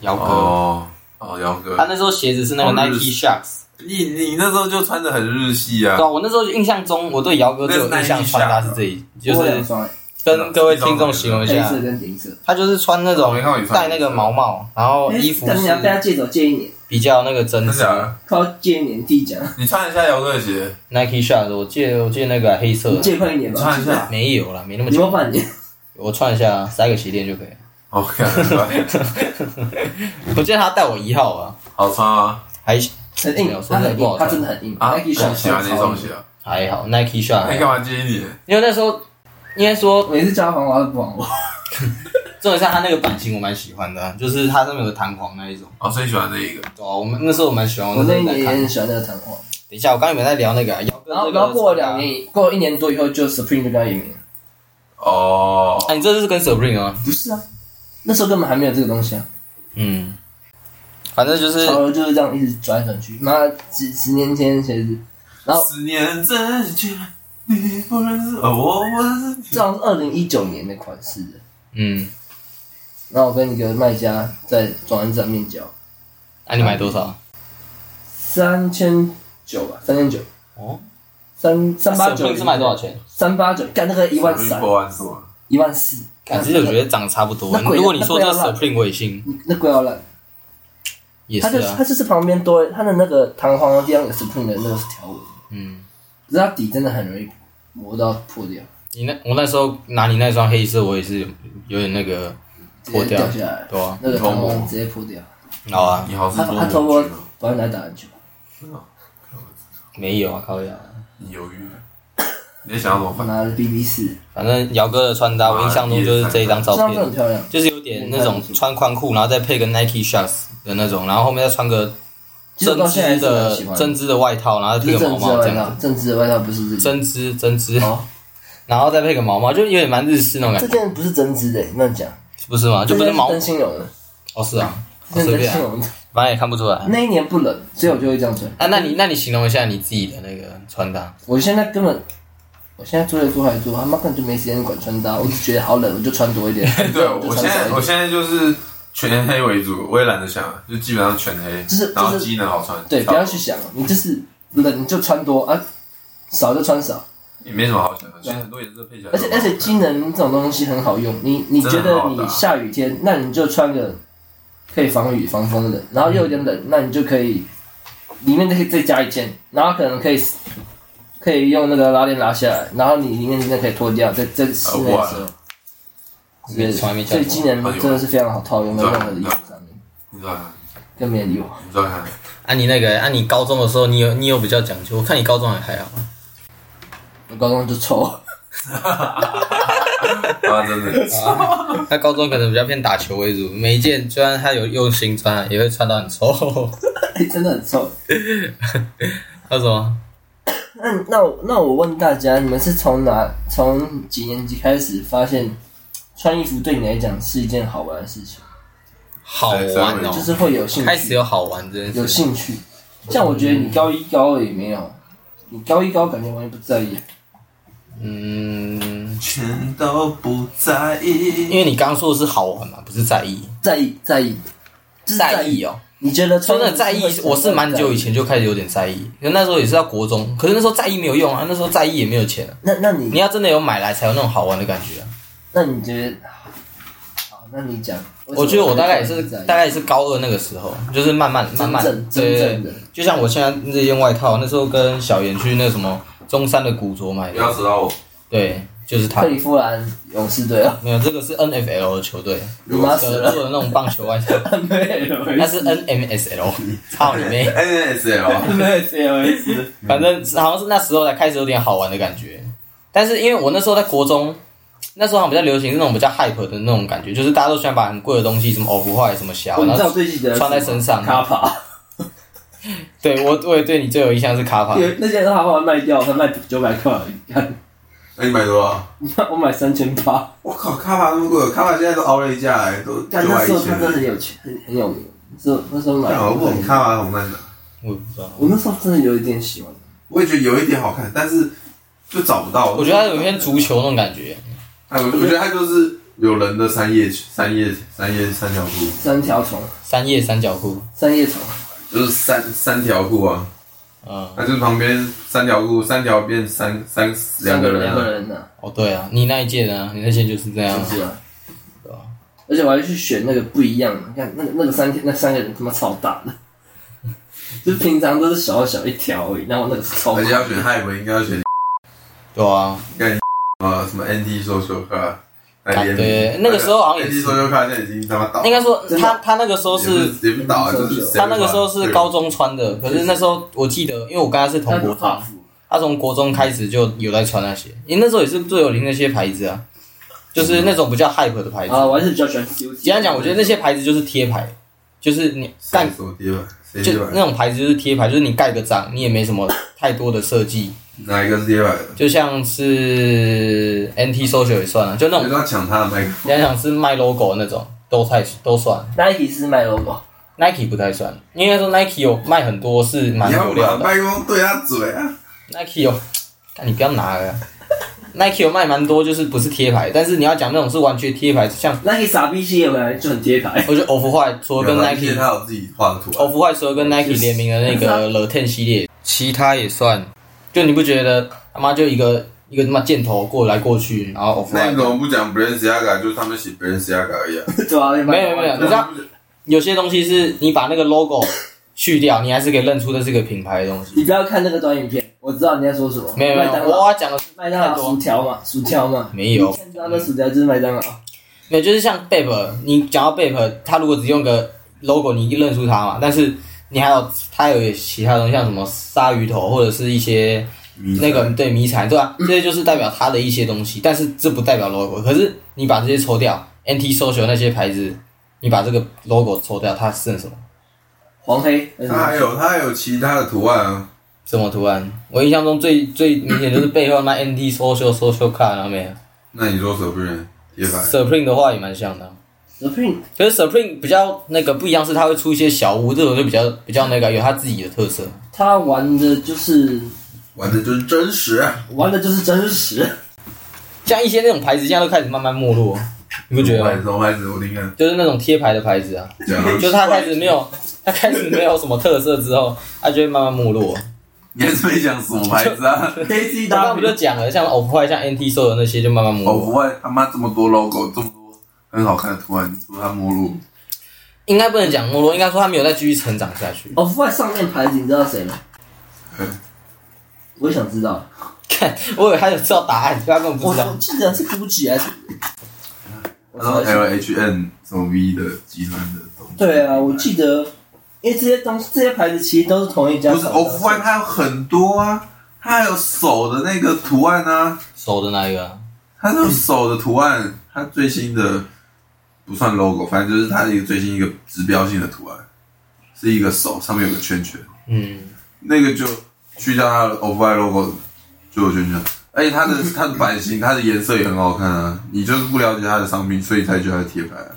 S1: 姚哥，他、
S3: 哦哦，姚哥，
S1: 那时候鞋子是那个
S3: 哦日
S1: Nike Sharks，
S3: 你你那时候就穿的很日系啊
S1: 对、。啊，我那时候印象中我对姚哥最有印象穿搭是这一，就
S2: 我有两
S1: 是
S2: 双
S1: 跟各位听众形容
S2: 黑
S1: 一下，
S2: 色跟银色。
S1: 他就是穿那种
S3: 我没看过你穿
S1: 戴那个毛帽，然后衣服
S2: 但是你要被他
S1: 是
S2: 借走借一年，
S1: 比较那个真
S3: 真
S1: 实
S3: 假的？
S2: 靠借一年地 讲，
S3: 你穿一下姚哥的鞋，
S1: Nike Sharks，我记得我记得那个啊黑色
S2: 你
S1: 的，
S2: 借快一年
S3: 你
S2: 吧，
S3: 穿一下。
S1: 没有啦，没那么
S2: 你
S1: 久，
S2: 要半 年，
S1: 我穿一下塞个鞋垫就可以 了。
S3: 哦，看 出来，
S1: 我记得他带我一号啊，
S3: 好穿啊！
S1: 还
S2: 很硬，它很硬，它真的很硬。
S3: 啊，
S2: Nike
S3: 你
S2: 小
S3: 喜欢那双鞋啊？
S1: 还好 Nike
S3: 那
S1: Sharks，
S3: 你干嘛介意你？
S1: 因为那时候应该说
S2: 每次叫他还我，他都不还我。
S1: 重点是它那个版型我蛮喜欢的啊，就是它上面有个弹簧那一种。
S3: 哦，所以你喜欢这一个？
S1: 对啊，我们那时候我蛮喜欢，那
S2: 我那
S1: 时
S2: 一
S1: 候
S2: 年
S1: 在
S2: 也
S1: 看。
S2: 很
S1: 等
S2: 喜欢那个弹簧，
S1: 一下，我刚刚有没有在聊那个啊？姚哥
S2: 然后
S1: 这个
S2: 然后过了两，年，过了一年多以后，就 Supreme 就跟他联名了。
S3: 哦，
S1: 哎，你这就是跟 Spring 啊？
S2: 不是啊，那时候根本还没有这个东西啊，
S1: 嗯，反正就是
S2: 潮流就是这样一直转来转去。妈，几十年前鞋子，
S3: 思念真绝，你不认识哦，我不认识。
S2: 这好像是二零一九年的款式的。
S1: 嗯，
S2: 然后我跟一个卖家在转安站面交
S1: 那啊你买多少？
S2: 三千九吧，三千九，
S1: 哦，
S2: 三三八九
S1: 是卖多少？钱？
S2: 三八九，干那个一万三，
S3: 破万数，
S2: 一万四，
S1: 感觉我觉得长得差不多
S2: 那。贵
S1: 如果你说这
S2: 那贵啊
S1: Spring 我也信，
S2: 那贵要烂。
S1: 也
S2: 它
S1: 是
S2: 就
S1: 啊
S2: 它。就是旁边多它的那个弹簧的地方有 Supreme 的那个条纹，
S1: 嗯，
S2: 可是它底真的很容易磨到破掉，
S1: 你那我那时候拿你那双黑色，我也是有有点那个
S2: 直
S1: 破
S2: 接
S1: 掉
S2: 掉，下来，
S1: 对啊，
S2: 那个弹簧直接破掉。
S1: 好啊，
S3: 你好是
S2: 他
S3: 多
S2: 他透过保险来打篮球，
S1: 没有啊，靠呀。
S3: 你犹豫了，你在想要怎么
S2: 我
S3: 办？
S2: 拿了 BB 四，
S1: 反正姚哥的穿搭，我印象中就是这一张
S2: 这
S1: 照
S2: 张
S1: 片
S2: 真的。很漂亮。
S1: 就是有点那种穿宽裤，然后再配个 Nike shorts 的那种，然后后面再穿个
S2: 其实
S1: 针
S2: 我到现在还
S1: 织
S2: 是很喜
S1: 的
S2: 欢。
S1: 针织的外套，然后再
S2: 不
S1: 配
S2: 是
S1: 个
S2: 政
S1: 毛
S2: 治的
S1: 毛这
S2: 外
S1: 样
S2: 套
S1: 子，，
S2: 政治的外套不是这个。
S1: 针织针织，
S2: 哦，
S1: 然后再配个毛毛，就有点蛮日式那种
S2: 这
S1: 感觉，
S2: 件不是针织的，你乱讲，
S1: 不是吗？就不
S2: 这
S1: 是
S2: 件
S1: 毛
S2: 灯芯绒的，
S1: 哦，是啊，
S2: 这
S1: 哦
S2: 件
S1: 随
S2: 灯
S1: 便
S2: 芯
S1: 啊，
S2: 绒的。
S1: 反正也看不出来。
S2: 那一年不冷，所以我就会这样穿。
S1: 啊，那你那你形容一下你自己的那个穿搭，
S2: 我现在根本，我现在做来做还做，他妈根本就没时间管穿搭，我只觉得好冷，我就穿多一点。
S3: 对啊
S2: 就
S3: 我
S2: 穿
S3: 现在
S2: 少
S3: 我
S2: 一点。
S3: 现在就是全黑为主，我也懒得想，就基本上全黑，
S2: 就是
S3: 然后
S2: 就是
S3: 机能好穿，
S2: 对，不要去想了，你就是冷你就穿多啊，少就穿少。
S3: 也没什么好想的，其实很多颜色配起来都蛮好
S2: 而且
S3: 看的，
S2: 而且机能这种东西很好用，你你觉
S3: 真的很好打
S2: 得你下雨天，那你就穿个可以防雨防风的，然后又有点冷，那你就可以里面可以再加一件，然后可能可以可以用那个拉链拉下来，然后你里面真的可以脱掉，在在室内
S3: 啊
S2: 的时候。
S1: 没从来没
S2: 所
S1: 讲
S2: 以今
S1: 过。
S2: 年真的是非常好套，用在任何的衣服上面，
S3: 你知道看，
S2: 更没人理我。
S3: 你知道看，
S1: 啊，你那个啊，你高中的时候，你有你有比较讲究，我看你高中还还好。
S2: 我高中就臭，
S3: 啊，真的，
S1: 他高中可能比较偏打球为主，每一件虽然他有用心穿，也会穿到很臭。
S2: 真的很臭。
S1: 他什么？
S2: 那那我那我问大家，你们是从哪从几年级开始发现穿衣服对你来讲是一件好玩的事情？
S1: 好玩哦！
S2: 就是会有兴趣，
S1: 开始有好玩这件
S2: 有
S1: 事情。
S2: 兴趣。像我觉得你高一高二也没有，你高一高二感觉完全不在意。
S1: 嗯，
S3: 全都不在
S1: 因
S3: 意。
S1: 为你刚说的是好玩嘛，不是在意。
S2: 在意在意，就是在
S1: 在意。哦，
S2: 你觉得穿
S1: 真
S2: 衣
S1: 的
S2: 服
S1: 在意
S2: 会是，
S1: 我是蛮久以前就开始有点在意，可那时候也是到国中，可是那时候在意没有用啊，那时候在意也没有钱、啊。
S2: 那那
S1: 你
S2: 你
S1: 要真的有买来，才有那种好玩的感觉啊。
S2: 那你觉得？好，那你讲。为什么
S1: 我觉得我大概也是
S2: 会在意
S1: 大概也是高二那个时候，就是慢慢慢
S2: 真
S1: 慢
S2: 正真
S1: 对
S2: 正，的
S1: 就像我现在这件外套，啊那时候跟小严去那什么中山的古着买
S3: 不要
S1: 的，
S3: 知道我，
S1: 对，就是它
S2: 克。利夫兰勇士队啊，
S1: 没有，这个是 N F L 的球队，
S2: 你妈死
S1: 做
S2: 了，
S1: 的那种棒球外 套，
S2: 没有，
S1: 那是 N M S L，操你妹！
S3: N S L，
S2: 没有 COS。
S1: 反正好像是那时候才开始有点好玩的感觉。但是因为我那时候在国中，那时候好像比较流行那种比较 hype 的那种感觉，就是大家都喜欢把很贵的东西，什么 o f f white 什么小，
S2: 你
S1: 然
S2: 知道
S1: 后
S2: 最记得
S1: 穿在身上
S2: 卡帕，
S1: 对我我也对你最有印象是卡帕
S2: 因，为那件卡帕卖掉，他卖九百块，看
S3: 那哎你买多少？
S2: 我买三千八。
S3: 我靠，卡帕那么贵，卡帕现在都熬了一价，哎都九
S2: 但那
S3: 百
S2: 时
S3: 一
S2: 候他真的很
S3: 千。
S2: 有钱，很很有名。是那时候买，
S3: 但我不懂
S2: 我
S3: 卡帕红在哪，
S1: 我也不知道。
S2: 那时候真的有一点喜欢。
S3: 我也觉得有一点好看，但是就找不到。
S1: 我觉得它有偏足球那种感觉，
S3: 哎，我觉得它就是有人的三叶三叶三叶三条裤，
S2: 三条虫，
S1: 三叶三角裤，
S2: 三叶虫，
S3: 就是三三条裤啊，
S1: 嗯，
S3: 那就是旁边三条裤，三条变三三两个人
S2: 两个
S3: 了。
S2: 人呢，
S1: 哦对啊，你那一件啊，你那件就是这样
S2: 就，是啊
S1: 对啊。
S2: 而且我还去选那个不一样的，你看那个那个三那三个人他妈超大的， 就是平常都是小小一条而已，然后那个是超
S3: 而且
S2: 大。
S3: 要选汉文，应该要选
S1: 对啊，
S3: 啊什么 NT social card，来联名
S1: 对，那个时候好像也
S3: NT
S1: 是，
S3: social card 现在已经他妈倒了，
S1: 应该说
S2: 真的
S1: 他他那个时候
S3: 也
S1: 是
S3: 不也不倒啊，就是谁
S1: 他那个时候是高
S3: 对
S1: 中穿的，可是那时候我记得，因为我跟他是同
S2: 但
S1: 国
S2: 是
S1: 大
S2: 法，服，
S1: 他从国中开始就有在穿那些，因为那时候也是最有名那些牌子啊，就是那种比较 hype 的牌子。
S2: 啊，我还是比较喜欢 QT。
S1: 简单讲，我觉得那些牌子就是贴牌，就是你
S3: 谁
S1: 干
S3: 手跌吧，谁
S1: 就
S3: 跌吧
S1: 那，种牌子就是贴牌，就是你盖个章，你也没什么太多的设计，
S3: 哪一个是跌吧？
S1: 就像是 NT Social 也算了，啊就那
S3: 就是
S1: 种
S3: 要抢他的麦克风。
S1: 简单讲是卖 logo 的那种都太都算
S2: Nike 是卖 logo，
S1: ，Nike 不太算，因为说 Nike 有卖很多是蛮
S3: 你要
S1: 有料
S3: 把
S1: 的。
S3: 麦克风对他嘴啊！
S1: Nike 有，但你不要拿了。Nike 有卖蛮多，就是不是贴牌，但是你要讲那种是完全贴牌，像
S2: Nike 傻逼系列本来就很贴牌，
S1: 我觉得 Off White 除了跟
S3: 有啊而且
S1: Nike 哦
S3: 他有自己画的图案，
S1: Off White 除了跟 Nike 联名的那个 l e t e n 系列，其他也算。就你不觉得他妈就一个一个他妈箭头过来过去，然后 Off
S3: 那你
S1: White
S3: 怎么不讲 Balenciaga？就是他们写 Balenciaga 而已啊。
S2: 对啊，
S1: 没有 没有你知道有些东西是你把那个 logo 去掉，你还是可以认出这是个品牌的东西。
S2: 你不要看那个短影片，我知道你在说什么。
S1: 没有没
S2: 麦
S1: 有，
S2: 当劳
S1: 我要讲的是
S2: 麦当
S1: 太
S2: 劳
S1: 多
S2: 薯条嘛，薯条嘛，
S1: 没有
S2: 你看知道那薯条就是麦当劳。
S1: 没有，就是像 Bape，你讲到 Bape，它如果只用个 logo，你一认出它嘛。但是你还有它有其他东西，像什么鲨鱼头或者是一些那个对迷彩，对吧、这些就是代表它的一些东西，但是这不代表 logo。可是你把这些抽掉，NT Social 那些牌子，你把这个 logo 抽掉，它剩什么？
S2: 黄黑，
S3: 他还有他还有其他的图案啊，
S1: 什么图案？我印象中最最明显就是背后那 NT Social Social Card 那边
S3: 那你说什么人贴牌？
S1: ，Supreme 的话也蛮像的啊。
S2: Supreme
S1: 可是 Supreme 比较那个不一样，是它会出一些小屋，这种就比较比较那个有它自己的特色。
S2: 他玩的就是
S3: 玩的就是真实啊，
S2: 玩的就是真实，
S1: 像一些那种牌子，现在都开始慢慢没落，你不觉得
S3: 我还
S1: 吗？
S3: 是我还是我听看
S1: 就是那种贴牌的牌子啊，
S3: 讲啊，
S1: 就是它开始没有，它开始没有什么特色之后，它就会慢慢没落。我
S3: 你还是没讲什么牌子 啊？
S2: KC
S1: 刚刚不就
S2: W
S1: 讲了，像 OPPO、像 NT 售的那些就慢慢没
S3: 哦，
S1: 落。
S3: 国外他妈这么多 logo，这么多很好看的图案，你说它没落？
S1: 应该不能讲没落，应该说他没有再继续成长下去。
S2: 哦，Off-White 上面牌子你知道谁吗？
S3: 嗯
S2: 我也想知道，
S1: 看，我以为他有知道答案，他根本不
S2: 我
S1: 知道
S2: 我。记得是 Gucci 还是？我
S3: 然后
S2: 找一下
S3: L H N 什么 V 的集团的东西。
S2: 对啊，我记得，因为这些东西这些牌子其实都是同一家
S3: 不
S2: 厂
S3: 是
S2: 商。
S3: Off White，它有很多啊，它还有手的那个图案啊，
S1: 手的那一个啊，
S3: 它是有手的图案，它最新的不算 logo，反正就是它一个最新一个指标性的图案，是一个手上面有个圈圈，
S1: 嗯，
S3: 那个就去掉它的 Off White logo 就有圈圈。而且它的它的版型、它的颜色也很好看啊！你就是不了解它的商品，所以才觉得它是贴牌啊。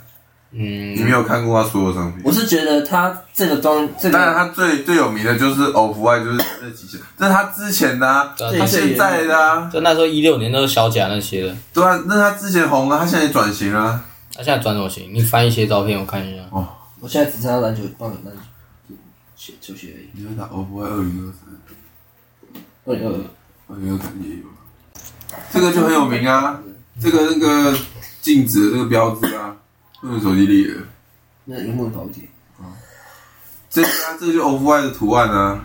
S3: 你没
S1: 嗯，
S3: 有看过它所有商品
S2: 我。是觉得它这个东这
S3: 当然，
S2: 个
S3: 他最最有名的就是 Off White，就是那几件，这是他之前的、啊，
S1: 对
S3: 他现在的啊，
S1: 就那时候一六年都是小贾那些的，
S3: 对啊，那他之前红啊，他现在也转型了、啊，哦
S1: 他现在转什么型？你翻一些照片我看一下。
S2: 我现在只剩下篮球棒球篮球球球鞋而已。哦
S3: 你就打 Off White 二零
S2: 二零二
S3: 二
S2: 二，
S3: 三，二零二三也有啊，这个就很有名啊，
S2: 嗯
S3: 这个那个镜子的这个标志啊，用手机立的，
S2: 那荧幕头贴，
S3: 这个啊，这个就 Off White 的图案啊，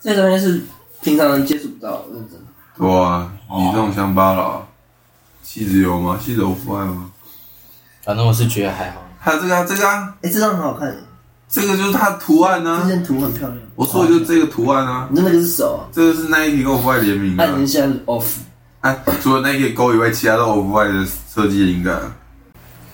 S2: 这些东西是平常人接触不到的，认真的。
S3: 对啊，
S2: 哦
S3: 你这种乡巴佬，气质有吗？气质 Off White 吗？
S1: 反正我是觉得还好。
S3: 还有这个啊，这个啊，
S2: 哎，这张很好看，
S3: 这个就是它的图案
S2: 这
S3: 啊，
S2: 件图很漂亮。
S3: 我说的就是这个图案啊。
S2: 你的那个是手啊，
S3: 这个是 Nike 跟 Off White 联
S1: 嗯
S3: 名的、
S2: 按
S3: 啊
S2: 一，下是 off。
S3: 哎、除了 Nike 勾以外，其他都 Off White 的设计灵感。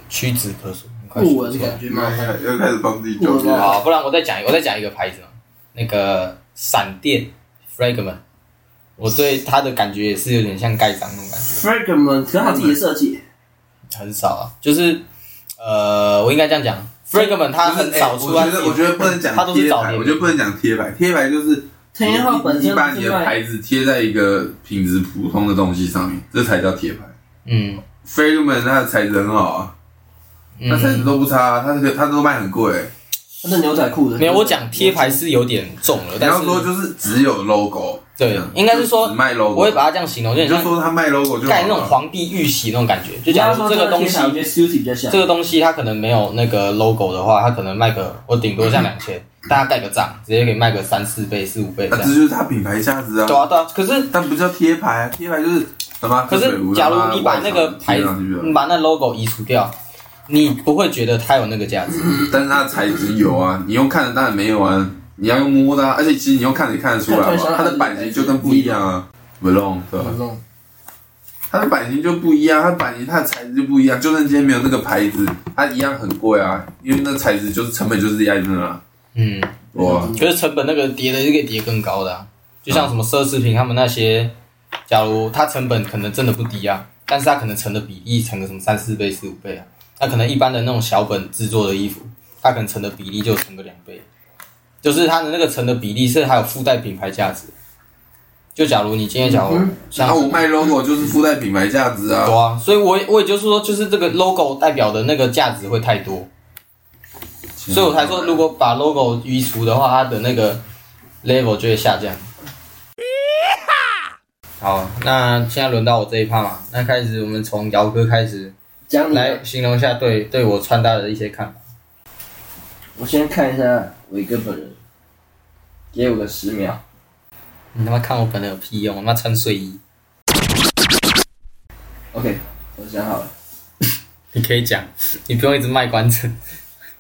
S1: 屈指可数。你快
S2: 不
S1: 说
S2: 文
S1: 出来
S2: 感觉蛮好看
S3: 要要开始帮自己纠结
S2: 我
S3: 了。
S1: 好，不然我再讲一个，我再讲一个牌子嘛，那个闪电 Fragment，我对它的感觉也是有点像盖章那种感觉，
S2: Fragment，可是他自己的设计，
S1: 很少啊，就是呃，我应该这样讲，Fragment 它
S3: 不是
S1: 很少出
S3: 哎
S1: 来自
S3: 我觉
S1: 己，
S3: 得我觉得不能讲
S1: 它都是
S3: 贴
S1: 早
S3: 牌，
S1: 年
S3: 我觉得不能讲贴牌，贴牌就是
S2: 藤原浩本
S3: 你
S2: 身
S3: 把你
S2: 是
S3: 的
S2: 卖
S3: 牌子贴在一个品质普通的东西上面，这才叫贴牌。
S1: 嗯
S3: Fragment 它的材质很好啊，它材质
S1: 嗯，
S3: 都不差啊，它这个它都卖很贵、
S2: 他是牛仔裤的。
S1: 没有，我讲贴牌是有点重了，
S3: 你
S1: 但
S3: 要
S1: 是
S3: 说就是只有 logo，
S1: 对应该是说
S3: 就只卖 logo，
S1: 我会把它这样形容，有
S3: 你就
S1: 点像
S3: 说它卖 logo 就好
S1: 盖那
S3: 了
S1: 种皇帝玉玺那种感觉，就
S2: 你
S1: 假
S2: 要
S1: 如
S2: 说
S1: 这个东西
S2: 贴。牌我觉得 Suzy 比较像
S1: 这。个东西它可能没有那个 logo 的话，它可能卖个我顶多像两千，大家盖个章，直接可以卖个三四倍、四五倍这
S3: 啊，
S1: 样
S3: 这。就是它品牌价值啊。
S1: 对啊，对啊。可是
S3: 但不叫贴牌，贴牌就是什么？啊
S1: 可是，假如你把那个牌子，你把那 logo 移除掉，你不会觉得它有那个价值。
S3: 但是它的材质有啊，你用看的当然没有啊，你要用摸的、啊，而且其实你用看的也看得出来
S2: 看
S3: 嘛
S2: 得出来，
S3: 它的版型就跟不一样啊。v l o n 对吧？
S1: 嗯
S3: 它的版型就不一样，它版型它的材质就不一样。就算今天没有那个牌子，它一样很贵啊，因为那材质就是成本就是压在那啊。
S1: 嗯，
S3: 哇，
S1: 可是成本那个叠的就可以叠更高的、啊，就像什么奢侈品他们那些，假如它成本可能真的不低啊，但是它可能成的比例成个什么三四倍、四五倍啊，那可能一般的那种小本制作的衣服，它可能成的比例就成个两倍，就是它的那个成的比例是还有附带品牌价值。就假如你今天假如
S2: 嗯
S1: 像
S3: 然后我卖 logo 就是附带品牌价值啊
S1: 对。啊，所以我也我也就是说，就是这个 logo 代表的那个价值会太多，所以我才说，如果把 logo 移除的话，它的那个 level 就会下降。 好，那现在轮到我这一趴嘛，那开始我们从姚哥开始
S2: 讲你
S1: 来形容一下对对我穿搭的一些看法。
S2: 我先看一下伟哥本人，给我个十秒。
S1: 你他妈看我本人有屁用？我他妈穿睡衣，
S2: OK，我想好了。
S1: 你可以讲，你不用一直卖关子，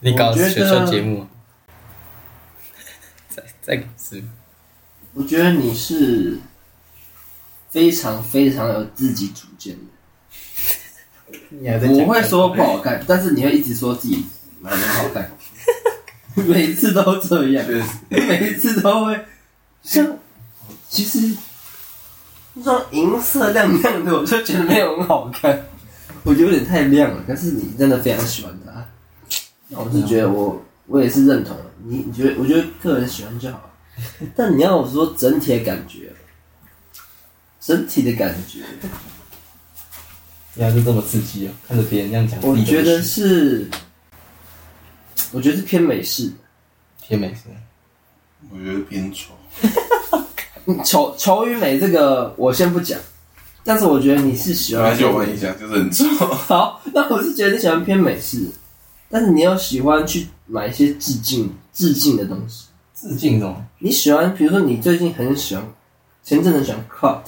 S1: 你搞
S2: 我觉得
S1: 选秀节目。 再再搞十秒
S2: 我觉得你是非常非常有自己主见的。我会说不好看，但是你会一直说自己哪里好看，每次都这样，
S3: 确实
S2: 每次都会像其实那种银色亮亮的，我就觉得没有很好看，我觉得有点太亮了。但是你真的非常喜欢它，那我是觉得我我也是认同的你，你觉得我觉得个人喜欢就好了。 但你要我说整体的感觉，整体的感觉，
S1: 原来是这么刺激啊！看着别人这样讲，
S2: 我
S1: 自己都
S2: 觉
S1: 不
S2: 得
S1: 信
S2: 是，我觉得是偏美式的。
S1: 偏美式。
S3: 我觉得偏丑。
S2: 嗯 丑丑与美这个我先不讲，但是我觉得你是喜欢。
S3: 下，就是很丑。
S2: 好，那我是觉得你喜欢偏美式，但是你要喜欢去买一些致敬致敬的东西。
S1: 致敬什么？
S2: 你喜欢，比如说你最近很喜欢，前阵子很喜欢 Cloud，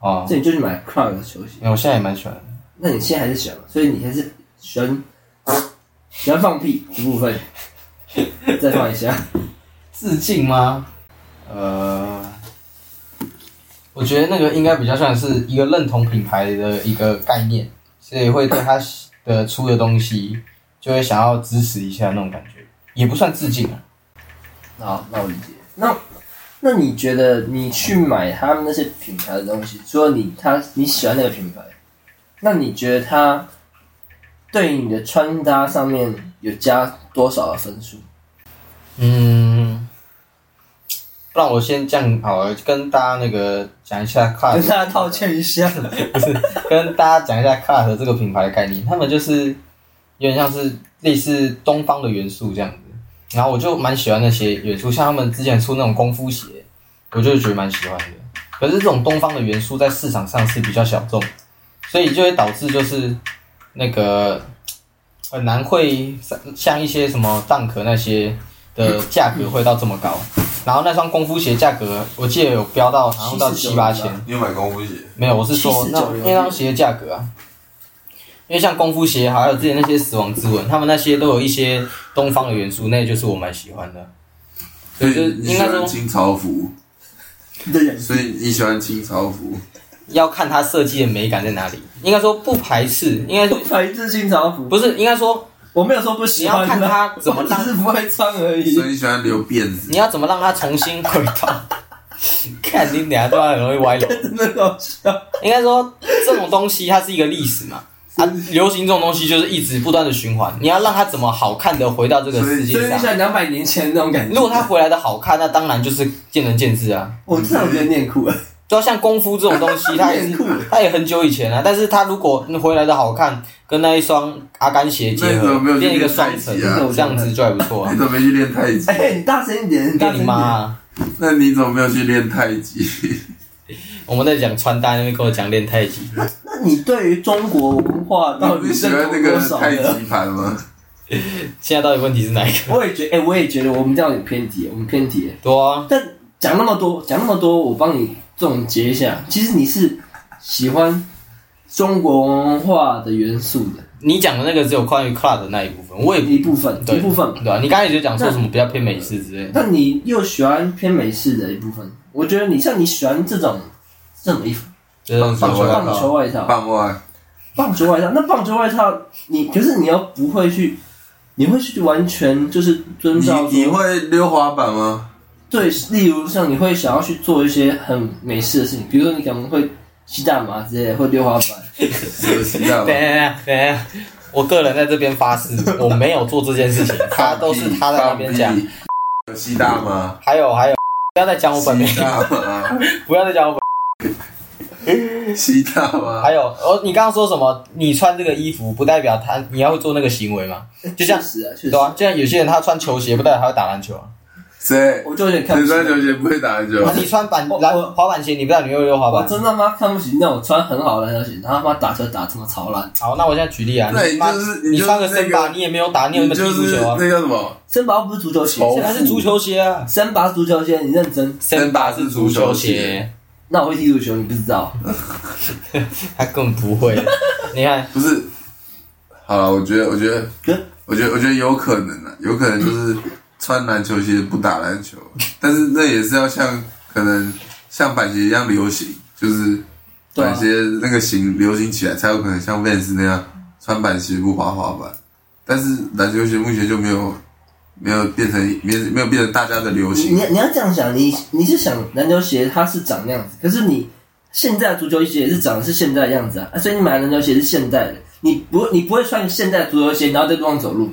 S1: 哦，
S2: 所以你就去买 Cloud 的球鞋。
S1: 没有，我现在也蛮喜欢的。
S2: 那你现在还是喜欢嘛？所以你还是喜欢喜欢放屁的部分，再放一下。
S1: 致敬吗？呃，我觉得那个应该比较像是一个认同品牌的一个概念，所以会对他的出的东西就会想要支持一下那种感觉，也不算致敬啊。
S2: 好，啊那我理解。那那你觉得你去买他们那些品牌的东西，除了你他你喜欢那个品牌，那你觉得他对你的穿搭上面有加多少的分数？
S1: 嗯，不然我先这样好了，跟大家那个讲一下 c l
S2: 跟大家道歉一 下。
S1: 不是，跟大家讲一下 Cut 这个品牌的概念，他们就是有点像是类似东方的元素这样子。然后我就蛮喜欢那些元素，像他们之前出那种功夫鞋，我就觉得蛮喜欢的。可是这种东方的元素在市场上是比较小众，所以就会导致就是那个很难会像一些什么蛋壳那些的价格会到这么高。然后那双功夫鞋价格，我记得有飙到好像到七八千，
S3: 你有买功夫鞋？
S1: 没有，我是说
S2: 79
S1: 那
S2: 元
S1: 那双鞋的价格啊，因为像功夫鞋，还有之前那些死亡之吻，他们那些都有一些东方的元素，那就是我蛮喜欢的。
S3: 所以
S1: 就是
S3: 你喜
S1: 应该
S3: 欢
S1: 说
S3: 清朝服，
S2: 对，
S3: 所以你喜欢清朝服。
S1: 要看它设计的美感在哪里，应该说不排斥，应该说
S2: 排斥新潮服，
S1: 不是，应该说
S2: 我没有说不喜欢
S1: 你要看他怎么
S2: 我只是不会穿而已
S3: 所。以你喜欢留辫子
S1: 你，要怎么让它重新回到。 看你等下都很容易歪楼。
S2: 真的搞笑，
S1: 应该说这种东西它是一个历史嘛，啊，流行这种东西就是一直不断的循环。你要让它怎么好看的回到这个
S3: 所以
S1: 世界
S2: 就是
S1: 上，
S2: 像两百年前那种感觉。
S1: 如果他回来的好看，那当然就是见仁见智啊。
S2: 我真的觉得念酷了，
S1: 就像功夫这种东 西，它也是
S2: 念酷了。
S1: 它也很久以前啊。但是它如果回来的好看，跟那一双阿甘鞋结
S3: 那个
S1: 合
S3: 没有，去
S1: 变一个
S3: 练太
S1: 双
S3: 极
S1: 层，
S3: 啊
S1: 这样子就还不错啊
S3: 你。怎么没去练太极？
S2: 哎，你大声一点，你大
S1: 跟
S2: 声
S1: 你
S2: 一
S1: 妈
S2: 点。
S1: 啊！
S3: 那你怎么没有去练太极？
S1: 我们在讲穿搭，那边跟我讲练太极，
S2: 那你对于中国文化到
S3: 你不
S2: 底
S3: 是喜
S2: 哦
S3: 欢
S2: 认
S3: 那
S2: 同多
S3: 个
S2: 少
S3: 太
S2: 呢？
S3: 极盘吗？
S1: 现在到底问题是哪一个？
S2: 我也觉得，哎、我也觉得我们这样有点偏题，我们偏题了。
S1: 多啊，
S2: 但讲那么多，讲那么多，我帮你总结一下。其实你是喜欢中国文化的元素的
S1: 你讲的那个只有关于 club 的那一部分，我也
S2: 一部分，
S1: 对
S2: 一部分。
S1: 对啊。你刚才也就讲说什么比较偏美式之类的，
S2: 那你又喜欢偏美式的一部分？我觉得你像你喜欢这种这种衣服，
S1: 就是
S3: 棒球外啊
S2: 棒
S3: 套
S2: 球外套，
S3: 棒外，
S2: 棒球外套。那棒球外套，你可是你又不会去，你会去完全就是遵
S3: 你
S2: 照
S3: 你
S2: 说
S3: 会溜滑板吗？
S2: 对，例如像你会想要去做一些很美式的事情，比如说你可能会吸大麻之类的，会溜滑板。
S3: 蛇形大
S1: 等一
S3: 板，
S1: 下，等一下，啊我个人在这边发誓，我没有做这件事情，他都是他在那边讲
S3: 放。屁。有吸大吗？
S1: 还有还有，不要再讲我本名
S3: 吸，大吗？
S1: 不要再讲我本
S3: 吸大吗
S1: 名。？还有，哦，你刚刚说什么？你穿这个衣服不代表他你要做那个行为嘛？哎就像
S2: 确实啊，确实
S1: 对，啊，就像有些人他穿球鞋不代表他会打篮球啊。
S3: 谁？
S2: 我就有点看不
S3: 你
S2: 起
S3: 穿。球鞋不会打篮球？
S1: 啊你穿板
S2: 我
S1: 篮
S3: 哦
S2: 我
S1: 滑板鞋，你不知道你会不会溜滑
S2: 我
S1: 板？
S2: 啊真他妈看不起那种穿很好的篮球鞋，然后他妈打球打这么超烂。
S1: 好，那我现在举例啊，
S3: 那你
S1: 你妈
S3: 就是你
S1: 你
S3: 就是
S1: 穿个
S3: 那个
S1: 森巴，你也没有打，你有
S3: 你
S1: 没有踢
S3: 就
S1: 足
S3: 是
S1: 球啊？
S3: 那叫什么？
S2: 森巴不是足球鞋，
S3: 哦
S1: 现在是足球鞋啊，
S2: 森巴足球鞋，你认真？
S1: 森巴是足球
S3: 森巴是足球鞋
S1: 鞋，
S2: 那我会踢足球，你不知道？
S1: 嗯他更不会。 你看，
S3: 不是，好了，我觉得，我觉得
S2: 嗯，
S3: 我觉得，我觉得有可能啊，有可能就是穿篮球鞋不打篮球，但是那也是要像可能像板鞋一样流行，就是
S2: 对啊
S3: 板鞋那个型流行起来，才有可能像 Vans 那样穿板鞋不滑滑板。但是篮球鞋目前就没有没有变成没有没有变成大家的流
S2: 你
S3: 行
S2: 你，你要这样想，你你是想篮球鞋它是长那样子，可是你现在的足球鞋也是长的是现在的样子啊，啊所以你买的篮球鞋是现代的，你不你不会穿现代的足球鞋，然后在路上走路。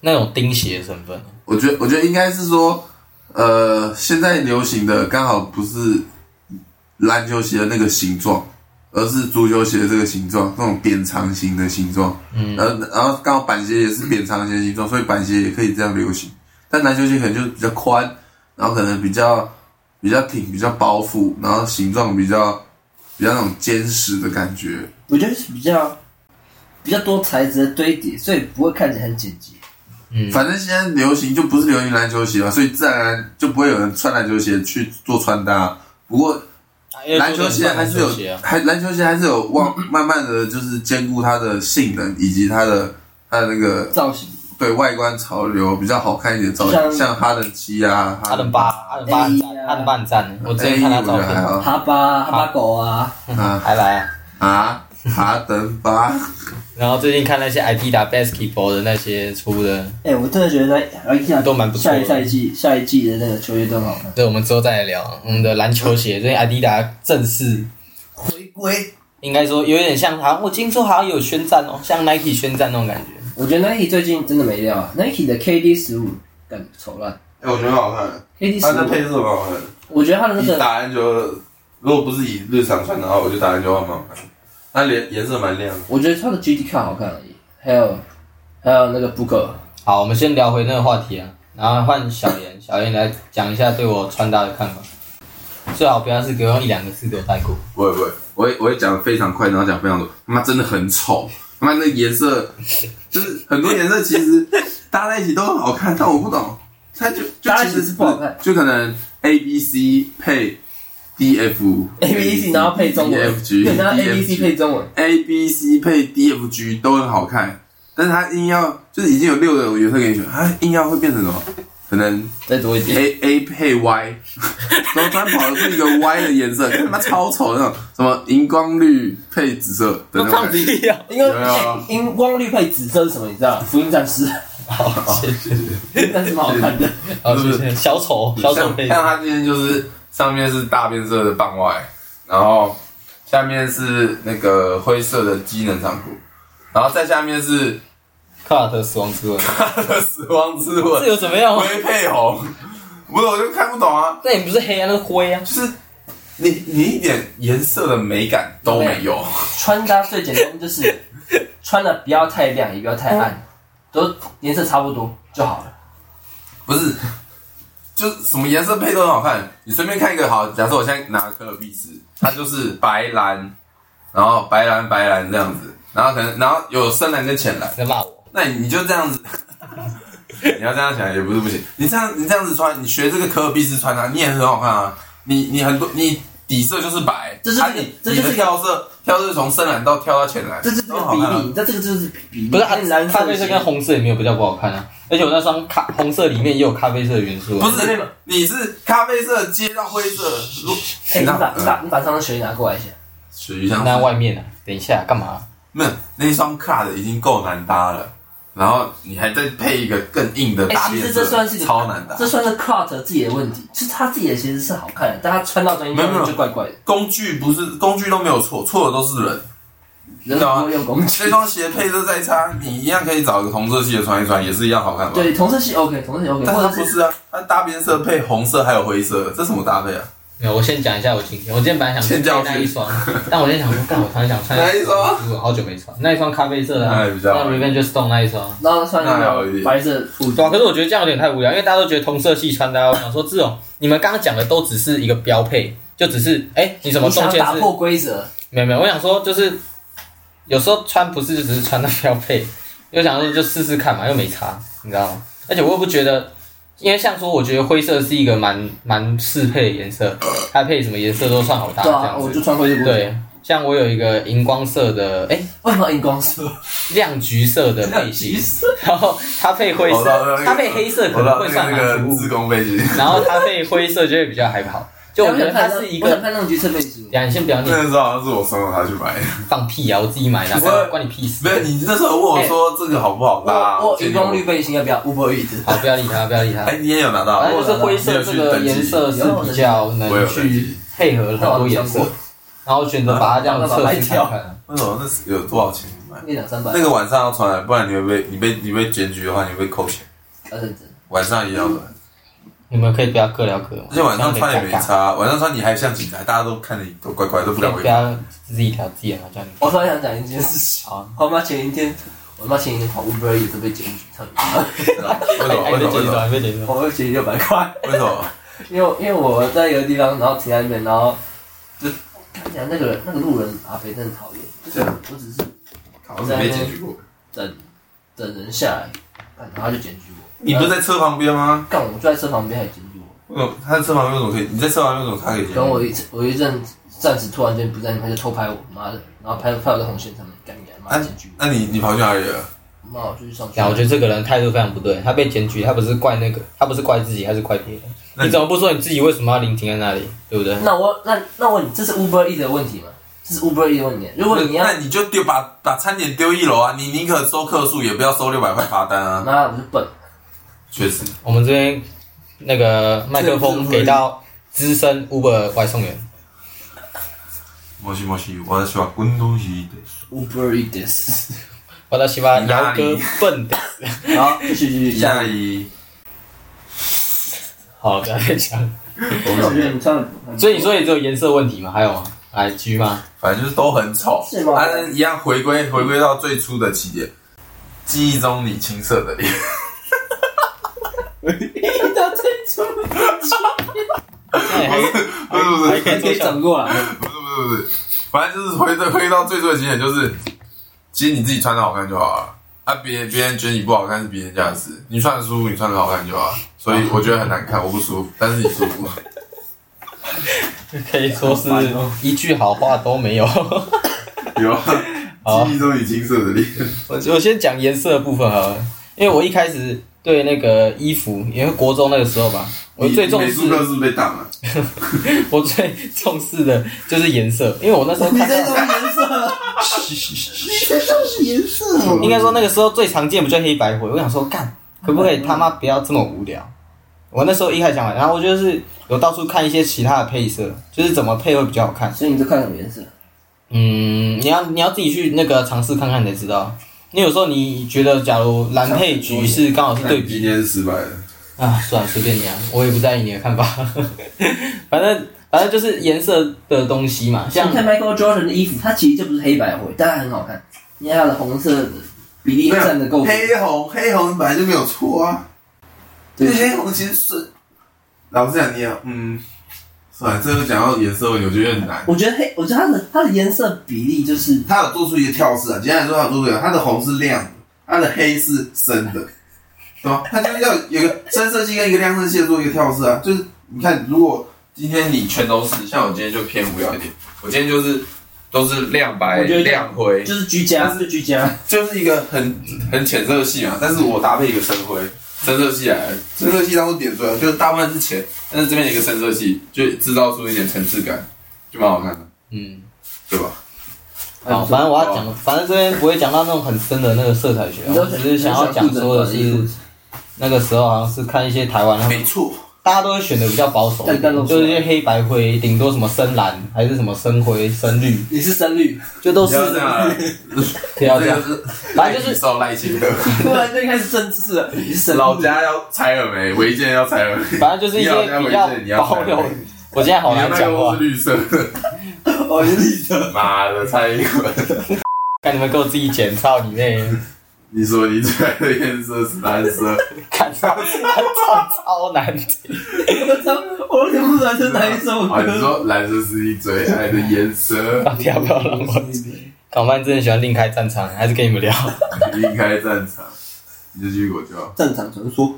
S1: 那种钉鞋的成分，
S3: 我觉得，我觉得应该是说，呃，现在流行的刚好不是篮球鞋的那个形状，而是足球鞋的这个形状，那种扁长型的形状。嗯，然后然后刚好板鞋也是扁长型的形状，所以板鞋也可以这样流行。但篮球鞋可能就是比较宽，然后可能比较比较挺，比较包覆，然后形状比较比较那种坚实的感觉。
S2: 我觉得是比较比较多材质的堆叠，所以不会看起来很简洁。
S1: 嗯，
S3: 反正现在流行就不是流行篮球鞋嘛，所以自然而然就不会有人穿篮球鞋去做穿搭。不过篮
S1: 哎
S3: 球鞋还是有
S1: 篮球鞋，啊，
S3: 还篮球鞋还是有望慢慢的就是兼顾它的性能以及它的它的那个
S2: 造型，
S3: 对外观潮流比较好看一点的造型，
S2: 像
S3: 像哈登七啊，
S1: 阿伦巴，阿伦巴很赞，阿伦巴很赞，我之前看他照
S3: 哎哎我觉得还
S1: 片，
S3: 好
S2: 哈巴哈巴狗啊，
S3: 啊
S1: 还来啊。
S3: 啊哈登八，
S1: 然后最近看那些 IT 打 basketball 的那些出的，
S2: 哎、我真的觉得哎呀，
S1: 都蛮不错
S2: 下
S1: 的
S2: 一赛季下一季的那个球员都很好看，
S1: 对，我们之后再来聊。我们的篮球鞋，最近 IT 打正式
S3: 回归
S1: 应该说有点像，好像我听说好像有宣战哦，像 Nike 宣战那种感觉。
S2: 我觉得 Nike 最近真的没料啊，Nike 的 KD 十五干丑烂
S3: 哎、我觉得好看，
S2: ，KD
S3: 它的啊配
S2: 十
S3: 色蛮好看的。
S2: 五，我觉得他的那
S3: 以
S2: 个
S3: 打篮球，如果不是以日常穿的话，我就打篮球还蛮好看的。它颜颜色蛮亮的，
S2: 我觉得他的 GD 卡好看而已，还有还有那个 Booker，
S1: 好，我们先聊回那个话题啊，然后换小严，小严来讲一下对我穿搭的看法。最好不要是给我用一两个字给我带过。
S3: 不会不会，我会我会讲非常快，然后讲非常多。他妈真的很丑，他妈那颜色就是很多颜色其实搭在一起都很好看，但我不懂，它 就就
S2: 搭在
S3: 其
S2: 一起
S3: 实
S2: 是不好看，
S3: 就可能 A B C 配 D F
S2: A B C 然后配中
S3: D
S2: 文
S3: F，G
S2: 对，然后
S3: D
S2: A B
S3: F
S2: C
S3: G
S2: 配中文，
S3: A B C 配 D F G 都很好看，但是他硬要就是已经有六个颜色给你选，他硬要会变成什么？可能
S2: 再多一点，
S3: A A 配 Y，然 后突然跑出一个 Y 的颜色，他妈超丑的那种，什么荧光绿配紫色的那种感觉。
S1: 屁啊！
S2: 因为
S3: 有啊
S2: 荧光绿配紫色是什么？你知道？福音战士，
S1: 好，谢谢，
S2: 福音战士蛮好看的。
S1: 好谢谢。小丑，小丑
S3: 像
S1: 配
S3: 像他今天就是上面是大变色的棒外，然后下面是那个灰色的机能长裤，然后再下面是
S1: 克拉特死亡之吻，
S3: 他的死亡之吻
S1: 这有怎么样吗？
S3: 灰配红，不是我就看不懂啊。
S1: 那也不是黑啊，那是灰啊。
S3: 就是你你一点颜色的美感都没有，
S2: 穿搭最简单就是穿的不要太亮，也不要太暗，都颜色差不多就好了。
S3: 不是， 就是什么颜色配都很好看。你随便看一个好，假设我现在拿科尔必斯，它就是白蓝，然后白蓝白蓝这样子，然后可能然后有深蓝跟浅蓝，
S1: 在骂我，
S3: 那你就这样子。 你要这样想也不是不行，你这样你这样子穿，你学这个科尔必斯穿它、你也很好看啊。你你很多你底色就是白，
S2: 这就是
S3: 啊、你
S2: 这就
S3: 你
S2: 是
S3: 的挑色，挑色从深蓝到挑到浅蓝，
S2: 这是这
S3: 都
S2: 个
S3: 好
S2: 比
S3: 看啊
S2: 例，你知道这个就是比例。
S1: 不是啊
S2: 跟蓝
S1: 咖
S2: 色
S1: 啡
S2: 的
S1: 色跟红色也没有比较不好看啊。而且我那双咖红色里面也有咖啡色的元素啊。
S3: 不是，你是咖啡色接到灰色，如呃
S2: 哎、你把你把你把上双水拿过来一下。
S3: 水鱼香
S1: 那外面啊，等一下干嘛？
S3: 没有那双卡的已经够难搭了，然后你还再配一个更硬的
S2: 哎、
S3: 大
S2: 其
S3: 变
S2: 实
S3: 色，
S2: 这算是一个
S3: 超难搭
S2: 这。算是 Clout 自己的问题，是他自己的鞋子是好看的，但他穿到专业
S3: 没有没有
S2: 就怪怪的。
S3: 工具不是工具都没有错，错的都是人。
S2: 人
S3: 懂啊
S2: 不会用工
S3: 这
S2: 具。
S3: 双鞋配色再差，你一样可以找个同色系的穿一穿，也是一样好看吧？
S2: 对，同色系 OK，同色系 OK，
S3: 但
S2: 或
S3: 是它
S2: 者
S3: 不
S2: 是
S3: 是啊，它大变色配红色还有灰色，这什么搭配啊？
S1: 没有，我先讲一下我今天，我今天本来想
S3: 先教
S1: 穿
S3: 训
S1: 那一双，但我今天想说，干，我突然想穿
S3: 哪一双？
S1: 我好久没穿那一双咖啡色的、啊，
S3: 那也比较好
S1: 那 Revenge Stone 那一双。
S2: 然后穿
S3: 那
S2: 那
S3: 好一
S2: 个
S3: 点
S2: 白色裤
S1: 对啊，
S2: 装。
S1: 可是我觉得这样有点太无聊，因为大家都觉得同色系穿搭，我想说，这种你们刚刚讲的都只是一个标配，就只是哎、你怎么
S2: 你
S1: 中
S2: 想
S1: 间
S2: 打
S1: 是
S2: 破规则？
S1: 没有没有，我想说就是有时候穿不是就只是穿的标配，又想说就试试看嘛，又没差，你知道吗？而且我又不觉得，因为像说我觉得灰色是一个蛮蛮适配的颜色，它配什么颜色都算好搭这
S2: 对啊，
S1: 样
S2: 我
S1: 子。
S2: 就穿灰色裤子。
S1: 对，像我有一个荧光色的，哎、
S2: 为什么荧光色？
S1: 亮橘色 的背心，然后它配灰
S3: 我到那
S1: 色
S3: 个，
S1: 它配黑色可
S3: 我
S1: 能
S3: 到
S1: 会
S3: 那
S1: 算
S3: 个
S1: 蛮
S3: 那
S1: 突
S3: 个
S1: 兀
S3: 自，贡背心，
S1: 然后它配灰色就会比较还好。就我觉得它是一
S2: 我
S1: 个
S2: 想，看那种橘色背心。
S1: 呀，你先不要念，
S3: 那时候好像是我怂恿他去买的。
S1: 放屁啊！我自己买的，
S3: 不是
S1: 关你屁事啊
S3: 没。有，你那时候
S1: 哎
S3: 问我说这个好不好搭？
S2: 我我
S3: 建
S2: 荧
S3: 议我
S2: 光绿背心要不要？Uber e a t
S1: 好，不要理他，不要理他。
S3: 哎，你也有拿到
S1: 反？正就是灰色这个颜色是比较能去配合很多颜色，然后选择把它这样测试看看。
S3: 为什么？那是有多少钱你买？
S2: 一两三百，
S3: 那个晚上要传来，不然你会被你被你被检举的话，你会被扣钱。
S2: 要认真。
S3: 晚上也要的，
S1: 你们可以不要各聊各的吗，
S3: 而且晚上穿也没
S1: 这样很尴尬
S3: 差，晚上穿你还像警察，大家都看你都乖乖，都不敢
S1: 可以
S3: 回
S1: 不。要自己聊自己的嘛，这样
S2: 我突然想讲一件事情，
S1: 好。
S2: 我妈前一天，我妈前一天跑 Uber e a t 被检举，操你妈！
S3: 为什么？
S1: 哎，
S3: 为
S1: 你
S3: 什
S1: 被
S3: 么？
S1: 解决 了，
S3: 为什么？
S1: 你被解决了。
S2: 我被检举六百块，
S3: 为什么？
S2: 因为因为我在一个地方，然后停在那边，然后就看起来那个那个路人阿肥真的讨厌，就是我只是
S3: 好像是被检举过。
S2: 等等人下来，干然后他就检举我，
S3: 你不是在车旁边吗？
S2: 干我就在车旁边，他也检举我，
S3: 为什么他在车旁边为什么可以？你在车旁边为什么他可以进？
S2: 跟我一我一阵暂时突然间不在，他就偷拍我，妈的，然后拍拍我在红线上面，干你啊妈
S3: 那
S2: 检举我，
S3: 那你你跑去哪里了？
S2: 妈我就去上学
S1: 然，后我觉得这个人态度非常不对，他被检举，他不是怪那个，他不是怪自己，他是怪别人。
S3: 那
S1: 你怎么不说你自己为什么要临停在那里，对不对？
S2: 那我那那我这是 Uber E 的问题吗？这是 Uber E 的问题，如果你要
S3: 那你就丢把把餐点丢一楼啊！你宁可收客数，也不要收六百块罚单啊！
S2: 妈我是笨，
S3: 确实，
S1: 我们这边那个麦克风给到资深 Uber 外送员，
S3: 莫西莫西，我喜欢滚东西的。
S2: Uber E this。
S1: 我到西巴
S3: 意大
S1: 姚
S3: 利
S1: 哥笨的。
S2: 好，继续继续
S3: 下
S2: 讲。
S3: 一，
S1: 好，不要再讲了。
S2: 我觉得你唱得很不 错，
S1: 所以你说也只有颜色问题吗？还有吗？来橘吗？
S3: 反正就是都很丑
S2: 是，吗
S3: 还是一样回归回归到最初的起点。记忆中你青涩的脸，
S2: 你到最初
S1: 哎还
S3: 不是不是
S1: 还可以
S2: 可
S1: 做
S2: 以
S1: 小
S2: 转过来，
S3: 不是不是不是，反正就是回到回到最初的起点，就是其实你自己穿的好看就好了。啊，别别人觉得你不好看是别人家的事，你穿的舒服，你穿的好看就好了。啊所以我觉得很难看，我不舒服，但是你舒服。
S1: 可以说是一句好哦话都没有。
S3: 有
S1: 好
S3: 啊， 记忆中你青涩的脸。
S1: 我我先讲颜色的部分好了，因为我一开始对那个衣服，因为国中那个时候吧，我
S3: 你
S1: 最重
S3: 美
S1: 视
S3: 术课是不是被挡了？
S1: 我最重视的就是颜色，因为我那时候看到，
S2: 颜色，这就是颜色。
S1: 应该说那个时候最常见不就黑白灰？我想说，干可不可以他妈不要这么无聊？我那时候一开始想买，然后我就是有到处看一些其他的配色，就是怎么配会比较好看。
S2: 所以你都看什么颜色？
S1: 嗯，你要你要自己去那个尝试看看才知道。因为有时候你觉得，假如蓝配橘是刚好是对
S3: 那你
S1: 比
S3: 今天是失败了。
S1: 啊，算了，随便你啊，我也不在意你的看法。 反正反正就是颜色的东西嘛，像
S2: 像看 Michael Jordan 的衣服，它其实就不是黑白灰，但它很好看，因为它的红色的比例占的够多。
S3: 黑红，黑红本来就没有错啊。
S2: 对
S3: 对，黑红其实是，老实讲，你也嗯，算了，这个讲到颜色问题，我觉得很难。
S2: 我觉得黑，我觉得它的它的颜色比例就是
S3: 它有做出一个跳式啊，简单来说，它有做出一个，它的红是亮的，它的黑是深的， 懂吗？它就是要有一个深色系跟一个亮色系的做一个跳式啊。就是你看，如果今天你全都是，像我今天就偏无聊一点，我今天就是都是亮白、
S2: 我觉得
S3: 亮灰，
S2: 就是居家，是居家。
S3: 就是一个很很浅色系嘛，但是我搭配一个深灰，深色系来，深色系当初点缀啊，就是大部分是浅，但是这边有一个深色系，就制造出一点层次感，就蛮好看的，
S1: 嗯，
S3: 对吧？
S1: 好，反正我要讲，反正这边不会讲到那种很深的那个色彩学，啊
S2: 你
S1: 我
S2: 都
S1: 只是想要讲说的
S2: 你都想
S1: 是那个时候好像是看一些台湾，他们
S3: 错，
S1: 大家都会选的比较保守一
S2: 淡淡
S1: 点，
S2: 露出
S1: 就
S2: 来
S1: 是一些黑白灰，顶多什么深蓝还是什么深灰、深绿，
S2: 你是深绿，
S1: 就都
S3: 不
S1: 是
S3: 要这样啊，
S1: 不要这样，
S3: 是
S1: 反正就是
S3: 受 赖清德，
S2: 突然就开始政治了。你是深绿
S3: 老家要拆了没？违建要拆了没？
S1: 反正就是一些
S3: 你老家违
S1: 比较
S3: 建你要
S1: 保
S3: 拆了
S1: 留
S3: 没。
S1: 我现在好
S3: 你的
S1: 难
S3: 麦
S1: 讲
S3: 克
S1: 话
S3: 风是。绿色的，
S2: 哦，你是绿色。
S3: 妈的，蔡英文，
S1: 看你们给我自己剪，操你妹！
S3: 你说你最爱的颜色是蓝色，
S1: 看操， 操超难听。
S2: 我操，我听不出来是哪一首
S3: 啊，你
S2: 歌。
S3: 说蓝色是你最爱的颜色，
S1: 到底要不要让我？搞半真的喜欢另开战场，还是跟你们聊。
S3: 离开战 场，你就去国教。
S2: 正常传说。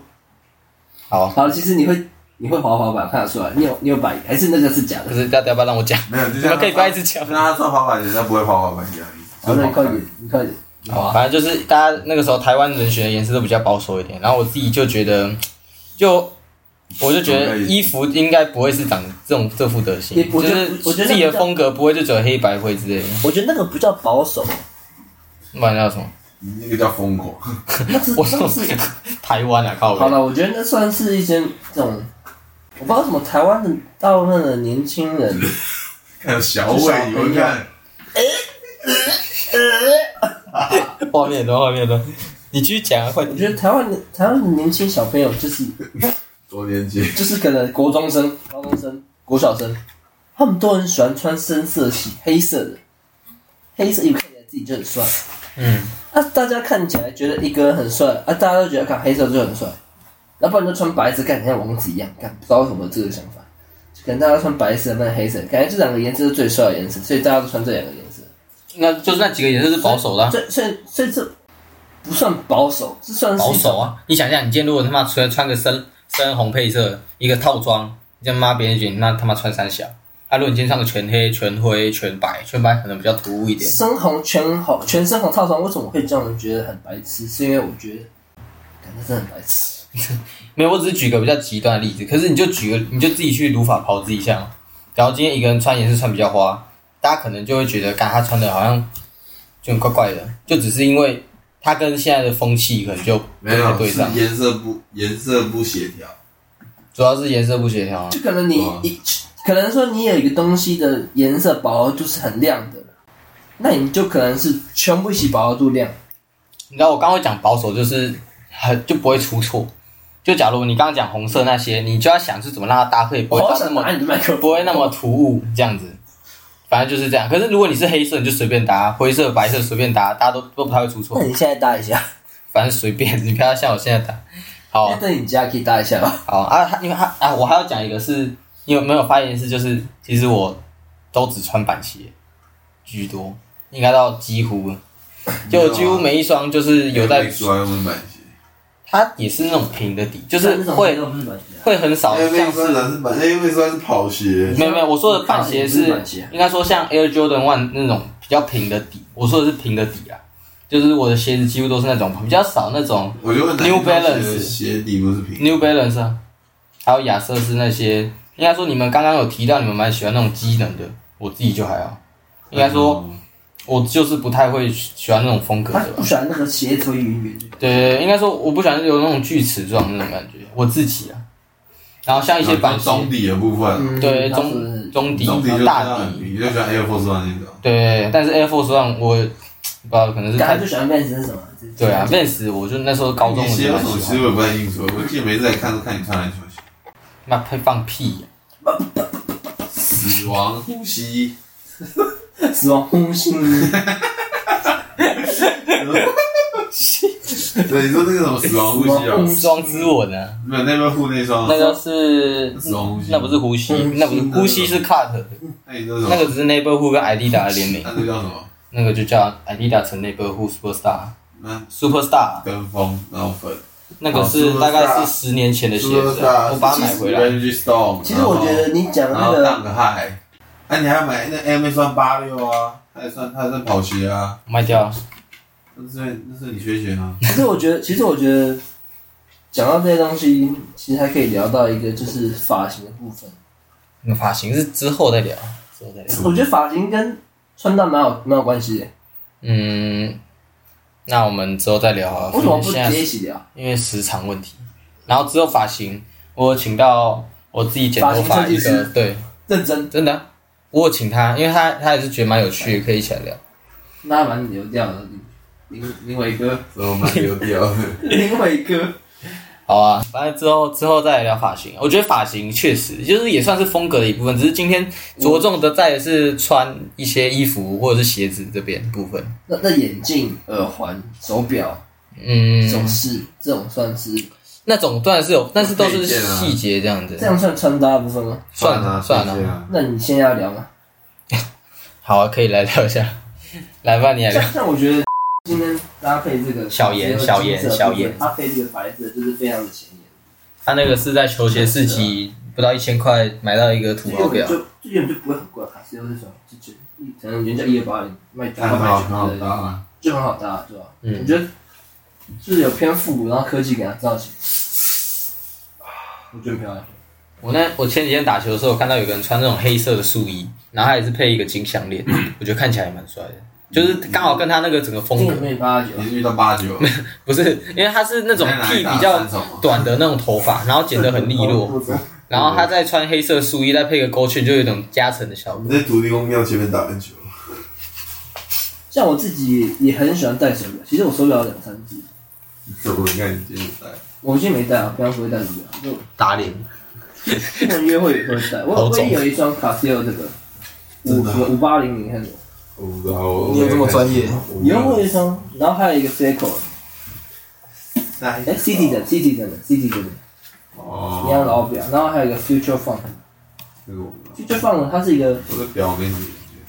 S1: 好，
S2: 好，其实你会你会滑滑板看得出来，你有你有摆，还是那个是假
S1: 可
S2: 的？
S1: 是大家要不要让我讲？
S3: 没有，就
S1: 你
S3: 像
S1: 们可以不要一直讲
S3: 就。像他穿滑板鞋，他不会滑滑板鞋而已。
S2: 好，那你快点，你快点。
S3: 啊
S1: 好，啊反正就是大家那个时候台湾人选的颜色都比较保守一点，然后我自己就觉得，就我就觉得衣服应该不会是长这种这副德行
S2: 也，我
S1: 就
S2: 觉得
S1: 是
S2: 我觉得
S1: 自己的风格不会就只有黑白灰之类的，
S2: 我觉得那个不叫保守，
S1: 不然叫什么？
S3: 你那个叫疯狂，
S2: 那是
S1: 我
S2: 那
S1: 说
S2: 是。
S1: 台湾啊，靠
S2: 好
S1: 北！
S2: 了，我觉得那算是一件这种，我不知道为什么台湾的大部分的年轻人，
S3: 还有小
S2: 是小啊
S3: 伟，你
S2: 朋
S3: 会
S2: 友
S3: 看？
S1: 画面多，画面多，你继续讲啊，快
S2: 我
S1: 点。
S2: 觉得台湾的台湾的年轻小朋友就是
S3: 多年级，
S2: 就是可能国中生、高中生、国小生，他们都很喜欢穿深色系、黑色的，黑色衣服看起来自己就很帅。
S1: 嗯，
S2: 啊，大家看起来觉得一哥很帅，啊，大家都觉得看黑色就很帅，要不然就穿白色，干像王子一样，干不知道为什么这个想法，就可能大家都穿白色，那黑色，感觉这两个颜色是最帅的颜色，所以大家都穿这两个颜色。
S1: 那就是那几个颜色是保守的啊、
S2: 所以所以所以这，不算保守，这算是一
S1: 保
S2: 种
S1: 守。啊！你想一下，你今天如果他妈穿穿个深深红配色一个套装，你他妈别人觉得你那他妈穿三小。啊，如果你今天穿个全黑、全灰、全白，全白可能比较突兀一点。
S2: 深红全红全深红套装，为什么我会这样人觉得很白痴？是因为我觉得，感觉真的很白痴。
S1: 没有，我只是举个比较极端的例子。可是你就举个，你就自己去如法炮制一下嘛。然后今天一个人穿颜色穿比较花，大家可能就会觉得，干他穿的好像就很怪怪的，就只是因为他跟现在的风气可能就不
S4: 没
S1: 太
S4: 有，
S1: 对
S4: 是
S1: 上，
S4: 颜色不颜色不协调。
S1: 主要是颜色不协调啊。
S2: 就可能你
S4: 哇
S2: 一，可能说你有一个东西的颜色饱和度是很亮的，那你就可能是全部一起饱和度亮。
S1: 你知道我刚刚讲保守就是很就不会出错。就假如你刚刚讲红色那些，你就要想是怎么让它搭配，不
S2: 我
S1: 会
S2: 好
S1: 到那
S2: 想
S1: 么
S2: 拿你的麦克风，
S1: 不会那么突兀这样子。反正就是这样。可是如果你是黑色，你就随便搭；灰色、白色随便搭，大家都都不太会出错
S2: 那。你现在搭一下，
S1: 反正随便，你不要像我现在搭。好
S2: 在你家可以搭一下吧。
S1: 好啊，因为他啊，我还要讲一个是，你有没有发现是，就是其实我都只穿板鞋居多，应该到几乎，就几乎每一双就是有在
S3: 啊
S4: 没说要买鞋，
S1: 它也是那种平的底，就是会会很少
S4: 因为
S1: 像
S4: 说
S1: 是
S4: 哪是买，因为说是跑鞋，
S1: 没有没有，我说的板鞋是
S2: 你看你不是板鞋啊
S1: 应该说像 Air Jordan One 那种比较平的底，我说的是平的底啊，就是我的鞋子几乎都是那种比较少那种
S4: 我就问哪
S1: New
S4: 双鞋
S1: Balance
S4: 的鞋底不是平，
S1: New Balance 啊，还有亚瑟士那些，应该说你们刚刚有提到你们蛮喜欢那种机能的，我自己就还好，应该说
S4: 嗯
S1: 我就是不太会喜欢那种风格
S2: 他
S1: 的吧
S2: 不。喜欢那个鞋子会圆圆的。
S1: 对，应该说我不喜欢有那种锯齿状那种感觉，我自己啊。然后像
S2: 啊
S1: 一些板鞋，
S4: 中底的部分，啊
S1: 对
S2: 嗯它
S1: 中
S2: 是
S1: 中底、
S4: 中底就
S1: 然后
S4: 大
S1: 大
S4: 很
S1: 底，
S3: 嗯
S4: 平，就喜欢 Air Force One 那种。
S1: 对，但是 Air Force One 我不知道，可能是
S2: 感
S1: 太
S2: 觉就喜欢 Vans 是什么？
S1: 对啊，Vans 我就那时候高中
S4: 你
S1: 我
S4: 鞋
S1: 就
S4: 有
S1: 蛮
S4: 什么
S1: 喜
S4: 鞋
S1: 欢，
S4: 我也不太清楚，我记得每次来看都看你穿篮球鞋。
S1: 那配放屁、啊
S4: 死亡呼吸，
S2: 死亡轰心，
S4: 对，你说那个什么死亡呼吸啊？
S1: 双之吻啊，
S4: 没有，那边护那
S3: 嗯
S4: 双，
S1: 那个是
S4: 死亡呼吸，
S1: 那不是呼吸，
S2: 嗯
S1: 那不是呼吸是 cut，的
S4: 那你说什么？
S1: 那个只是 neighborhood 跟 Adidas 的联名，
S3: 嗯
S4: 那个叫什么？
S1: 那个就叫 Adidas 成 neighborhood superstar
S4: 那
S1: superstar，
S4: 跟风，然后粉，
S1: 那个是
S4: 哦，Superstar
S1: 大概是十年前的鞋子，啊我把它买回来。
S4: Energy Storm。
S2: 其实我觉得你讲的
S4: 然
S2: 那
S4: 后
S2: 个
S4: 当个嗨，那、你还买那 M 算八六啊，它也算它也算跑鞋啊，
S1: 卖掉了，
S4: 那是那是你学姐啊，
S2: 其实我觉得，其实我觉得讲到这些东西，其实还可以聊到一个就是发型的部分。
S1: 那发型是之后再聊，之后再聊。
S2: 我觉得发型跟穿搭蛮有蛮有关系的。
S1: 嗯，那我们之后再聊好了。
S2: 为什么不
S1: 现
S2: 直接
S1: 在
S2: 一起聊？
S1: 因为时长问题，然后之后发型，我有请到我自己剪头
S2: 发
S1: 发
S2: 型
S1: 一
S2: 设计
S1: 个，对，
S2: 认真，
S1: 真的啊、我有请他，因为他他也是觉得蛮有趣的，可以一起来聊。
S2: 那蛮流掉的。林林伟哥，
S4: 所以我蛮丢掉的。
S2: 林伟哥，
S1: 好啊，反正之后之后再来聊发型。我觉得发型确实就是也算是风格的一部分，只是今天着重的在的是穿一些衣服或者是鞋子这边部分。
S2: 那那眼镜、耳环、手表、首
S1: 嗯，
S2: 饰这种算是
S1: 那种当然是有，但是都是
S4: 配件啊
S1: 细节这样子
S2: 这。样啊算穿搭的部分吗？
S1: 算了啊算
S4: 了，
S1: 了，
S2: 那你现在要聊吗？
S1: 好啊，可以来聊一 下。来吧，你来聊
S2: 像。像我觉得今天搭配这个
S1: 小颜小颜小颜
S2: 搭配这个白色就是非常的显眼。
S1: 他那个是在球鞋市集，不到一千块买到一个土豪表
S4: 啊
S2: 这，就这根本就不会很贵，卡西欧这种就就可能原价一八零卖
S4: 但
S2: 八
S4: 很好很
S2: 卖
S4: 好
S2: 九
S4: 搭
S2: 的，
S4: 啊，
S2: 就很好搭，对吧？
S1: 嗯
S2: 我觉得就是有偏复古，然后科技给它造型，我觉得很漂亮。
S1: 我那我前几天打球的时候，看到有个人穿那种黑色的素衣，然后他也是配一个金项 链，我觉得看起来也蛮帅的，就是刚好跟他那个整个风
S2: 这
S1: 格
S2: 个，可以八九，
S4: 你是遇到八九，
S1: 不是因为他是那种剃比较短的那种头发，然后剪得很 利落，然后他再穿黑色素衣，再配个勾圈，就有一种加成的效果。
S4: 你在土地公庙前面打篮球，
S2: 像我自己也很喜欢戴手表，其实我手表有两三只，
S4: 走，你看你今天在，
S2: 我今天没戴啊，平常不会戴手表，就
S1: 打脸，
S2: 出门约会也会戴。我
S1: 好
S2: 我
S1: 肿
S2: 也有一双卡西欧这个五
S4: 真的啊
S2: 五八零，你看过？
S4: 我不知道，我
S1: 你有这么专业
S2: 有我一双，然后还有一个 Seiko，哎，City 的 City 的 City 的
S4: 哦，
S2: 一样老表，然后还有一个 Future Funk，Future
S4: 这个我不知道
S2: Funk 它是一个，
S4: 我的表没什么研究，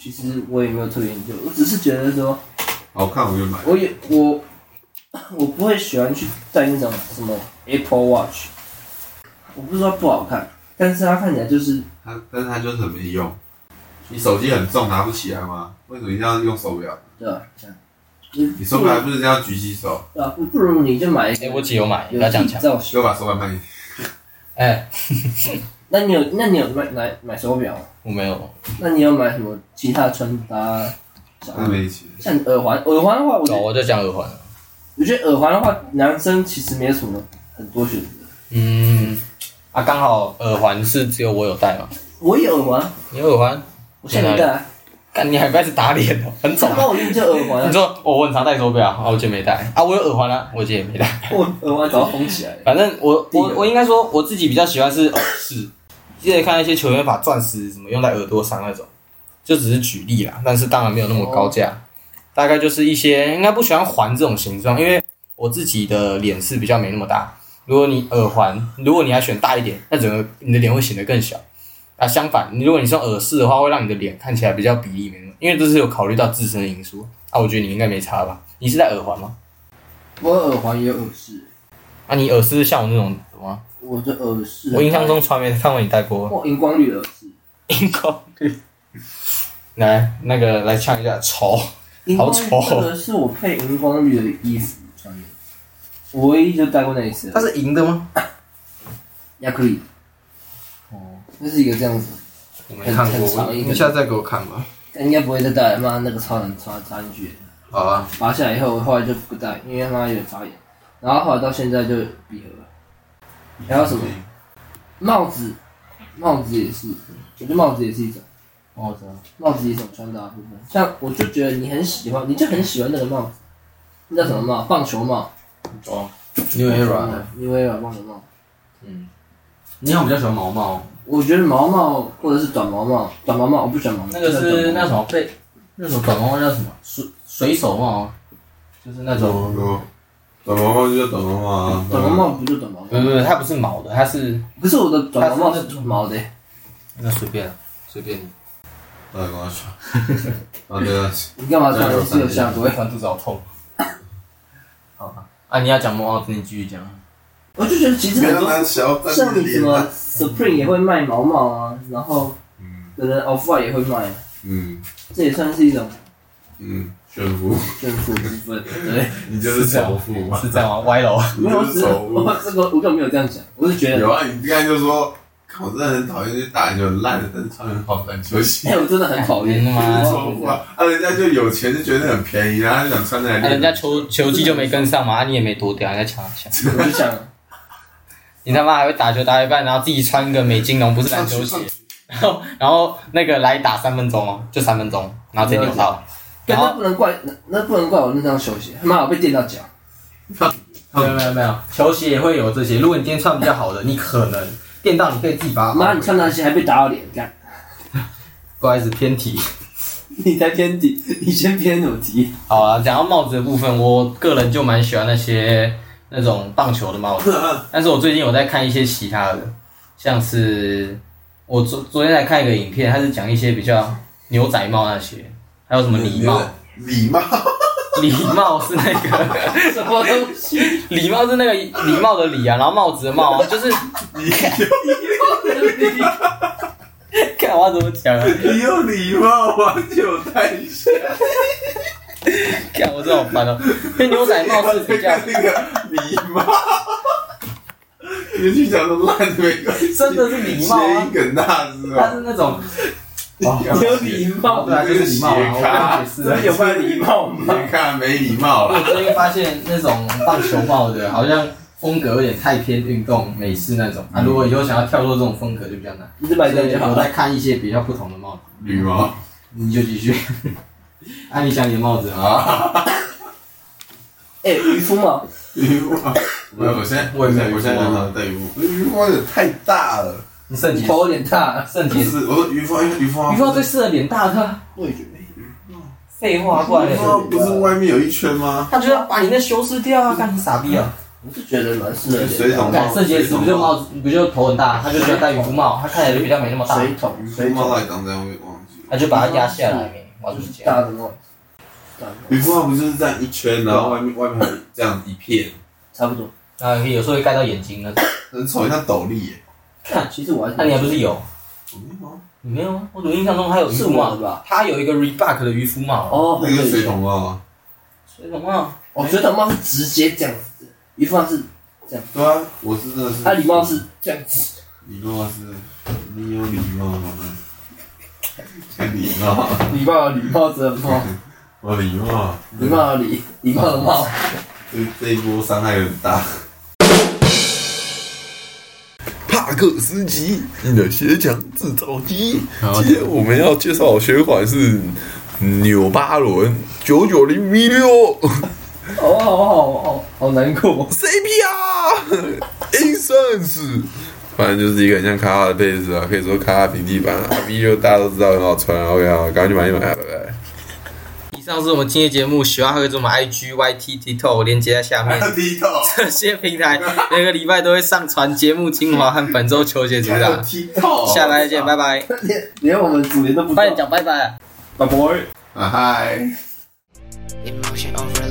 S2: 其实我也没有特别研究，我只是觉得说，
S4: 好看我就买，
S2: 我也我我不会喜欢去戴那种什么 Apple Watch，我不是说不好看，但是它看起来就是
S3: 它但是它就是很没用。你手机很重，拿不起来吗？为什么一定要用手表？
S2: 对吧、这样，就是
S3: 你手表不是要举起手，
S2: 对吧、不不如你就买一
S1: 哎、
S2: 个
S1: 我姐有买，不
S2: 有
S1: 要这样
S2: 自己
S1: 讲。
S2: 造型。
S3: 就把手表卖给你。
S1: 哎、
S2: 那你有那你有买买买手表吗？
S1: 我没有，
S2: 那你有买什么其他的穿搭？小
S3: 那没钱。
S2: 像耳环，耳环的话，我觉
S1: 搞
S2: 得
S1: 我就讲耳环了。
S2: 我觉得耳环的话，男生其实没有什么很多选择。
S1: 嗯，啊，刚好耳环是只有我有戴嘛。
S2: 我也有耳环，
S1: 你有耳环？
S2: 我现在没戴啊，
S1: 干，你还开始打脸哦，很丑
S2: 他。 帮我用这耳环
S1: 你
S2: 啊，
S1: 说哦我我很常戴手表，啊，我姐没戴啊，我有耳环啊，我姐也没戴。
S2: 我耳环早要封起来了。
S1: 反正我
S2: 第一
S1: 我
S2: 个
S1: 我应该说我自己比较喜欢是耳饰，之前看一些球员把钻石什么用在耳朵上那种，就只是举例啦，但是当然没有那么高价，大概就是一些应该不喜欢环这种形状，因为我自己的脸是比较没那么大，如果你耳环，如果你还选大一点，那整个你的脸会显得更小。啊，相反，你如果你是用耳饰的话，会让你的脸看起来比较比例没那么，因为这是有考虑到自身的因素啊。我觉得你应该没差吧？你是戴耳环吗？
S2: 我耳环也有耳饰，
S1: 啊，你耳饰是像我那种什么？啊
S2: 我的耳饰，
S1: 我印象中从来没看过你戴过。
S2: 我荧光绿的耳饰，
S1: 荧光绿。来，那个来唱一下潮，
S2: 荧
S1: 好
S2: 光
S1: 丑哦
S2: 绿的是我配荧光绿的衣服穿的，我唯一就戴过那一次了，
S1: 是银的吗？
S2: 亚克力，
S1: 哦，
S2: 那是一个这样子，
S5: 我没看
S2: 很
S5: 过，
S2: 长一个
S5: 你下次再给我看吧。
S2: 但应该不会再戴了，妈那个超难插插进去的，
S5: 好啊，
S2: 拔下来以后，后来就不戴，因为他妈有点发炎，然后后来到现在就闭合了。还有什么帽子？帽子也是，我觉得帽子也是一种，
S1: 我知道。
S2: 帽子也是一种穿搭的部分。像我就觉得你很喜欢，你就很喜欢那个帽子，那叫什么帽？棒球帽。
S1: 哦，
S5: New
S2: 嗯，因为软棒球帽。
S5: 嗯，你好，比较喜欢毛毛，
S2: 我觉得毛帽或者是短毛帽，短毛帽我不喜欢毛帽。
S1: 那个
S2: 就是
S1: 是
S2: 短
S1: 那
S2: 毛帽
S1: 什么被，那种短毛帽叫什么？水水手帽啊，就是那种。
S3: 哦，短毛帽就叫短毛帽啊。
S2: 短毛帽不就短毛
S1: 不
S2: 帽？
S1: 不不，它不是毛的，它是
S2: 可是我的短毛帽是短毛的欸、
S1: 那随便啊随便你。
S3: 哎，我去。啊，对啊，
S2: 你干嘛穿？你是有下
S1: 我
S2: 过
S1: 会？穿肚子好痛。好吧，啊，你要讲毛帽，你继续讲。
S2: 我就觉得其实
S3: 不
S2: 很
S3: 要
S2: 多
S3: 拿小蛋
S2: 像
S3: 的
S2: 你什
S3: 脸
S2: 么
S3: 啊。
S2: Supreme 也会卖毛毛啊，然后
S3: 嗯
S2: 有的 Off White 也会卖，啊
S3: 嗯
S2: 这也算是一种
S3: 嗯，炫富，
S2: 炫富之分，对。
S3: 你就是仇富嘛。
S1: 是这样吗？歪楼。
S3: 你
S2: 没有，我
S3: 就是
S2: 只是
S3: 仇富。
S2: 我这个我根本没有这样讲，我是觉得
S3: 有，啊，你刚才就说，看我真的很讨厌去打篮球，烂的人穿很好的篮球鞋。
S2: 哎，我真的很讨厌
S1: 真的吗
S3: 错误啊！啊，人家就有钱就觉得很便宜，然后就想穿那来
S1: 啊、
S3: 练。
S1: 人家球球技就没跟上嘛，啊、你也没多屌，人家抢抢。
S2: 我就 想，
S1: 你他妈还会打球打一半，然后自己穿个美津浓，不是篮 球鞋，然后然后那个来打三分钟哦，就三分钟，然后直接扭到。
S2: 但
S1: 然
S2: 那
S1: 后
S2: 不能怪那那不能怪我那双球鞋，他妈我被电到脚。
S5: 没有没有没有，球鞋也会有这些。如果你今天穿比较好的，你可能电到你可以自己把它
S2: 妈，你穿那些还被打到脸，干！
S5: 不好意思偏题。
S2: 你才偏题，你先偏什么题？
S1: 好啊，讲到帽子的部分，我个人就蛮喜欢那些那种棒球的帽子，但是我最近有在看一些其他的，像是我昨昨天才看一个影片，它是讲一些比较牛仔帽那些，还有什么礼帽，
S3: 礼貌，
S1: 礼帽是那个。
S2: 什么东 西？
S1: 礼帽是那个礼貌的礼啊，然后帽子的帽啊，就是
S3: 你
S1: 看我要怎么讲啊？
S3: 你有礼貌吗？就太下。
S1: 看我这好烦哦。因为牛仔帽是比较，
S3: 那个礼貌，你去讲的烂的没关系，
S1: 真的是礼貌啊
S3: 谐音梗大师
S5: 它
S3: 啊！
S5: 是那种
S2: 没有礼 貌
S5: 对，啊，就是礼貌啊，我刚解释了
S2: 这。有关 礼貌吗？
S3: 你看没礼貌
S5: 我
S3: 了，
S5: 最近发现那种棒球帽的，好像风格有点太偏运动美式那种。啊，如果以后想要跳脱这种风格就比较难。
S2: 你是白
S5: 所
S2: 人
S5: 以
S2: 就好
S5: 我
S2: 了。
S5: 在看一些比较不同的帽子，
S3: 礼貌
S5: 你就继续。 啊，你想你的帽子啊？
S3: 啊！
S2: 哎，渔夫帽，
S3: 礼貌，没有，我现在
S5: 我也没有
S3: 我现在很少戴渔夫，渔夫有点太大了。
S5: 你圣洁，
S2: 头有点大。
S5: 圣
S3: 不
S5: 洁，
S3: 是，我说渔夫，因为渔夫
S5: 你说最适合脸大的。
S2: 我也觉得。
S1: 废话过
S3: 渔
S1: 来，
S3: 夫不是外面有一圈吗？
S1: 他就要把你那修饰掉啊！干你傻逼啊！
S2: 我是觉得蛮适合的
S3: 水桶帽
S5: 看圣洁石不就帽子，不就头很大，他就喜欢戴渔夫帽，他看起来就比较没那么大，
S2: 水桶，
S3: 渔夫
S2: 水
S3: 帽
S2: 桶
S3: 到底长怎样，我也忘记了。
S1: 他就把它压下来没，我就是这样。
S2: 大的帽。算
S3: 渔夫帽不就是这样一圈，然后外面外面还有这样一片，
S2: 差不多。
S1: 啊，有时候会盖到眼睛呢。
S3: 很丑，像斗笠耶。
S2: 看，其实我还
S1: 那你还不是有？
S3: 我没有啊
S1: 你没有吗？我怎么印象中还有渔
S2: 是
S1: 夫
S2: 我
S1: 帽？
S2: 的吧？
S1: 他有一个 Reebok 的渔夫帽，
S2: 哦，
S3: 那个水桶帽啊，
S1: 水桶帽。
S2: 哦，水桶帽是直接这样子的，渔夫帽是，
S3: 对啊，我是真的是。
S2: 他礼帽是这样子。
S3: 礼貌是，你有礼貌吗？礼貌，
S2: 礼帽礼帽子的 帽，
S3: 我哦礼貌，
S2: 礼帽的礼礼帽的帽。
S3: 这这一波伤害很大。
S6: 帕克斯基，你的鞋墙制造机。
S7: 好
S6: 今天我们要介绍的鞋款是纽巴伦九九零 V 六
S2: 哦，好好好好难过。
S6: CPR Essence，反正就是一个很像卡拉的配置啊，可以说卡拉平地板啊。V 六大家都知道很好穿，OK 啊，赶快去买一买啊，拜拜。
S1: 以上是我们今天节目，喜欢可以我们 IG、YT、TikTok 连接在下 面。
S3: 低头，
S1: 这些平台每个礼拜都会上传节目精华和本周球鞋主 打。
S3: 低头
S1: 下来再见，拜拜！
S2: 连连我们主人都不知道
S1: 快点，讲拜拜。
S3: Uh,
S2: 拜拜。
S3: 啊嗨。
S8: emotion over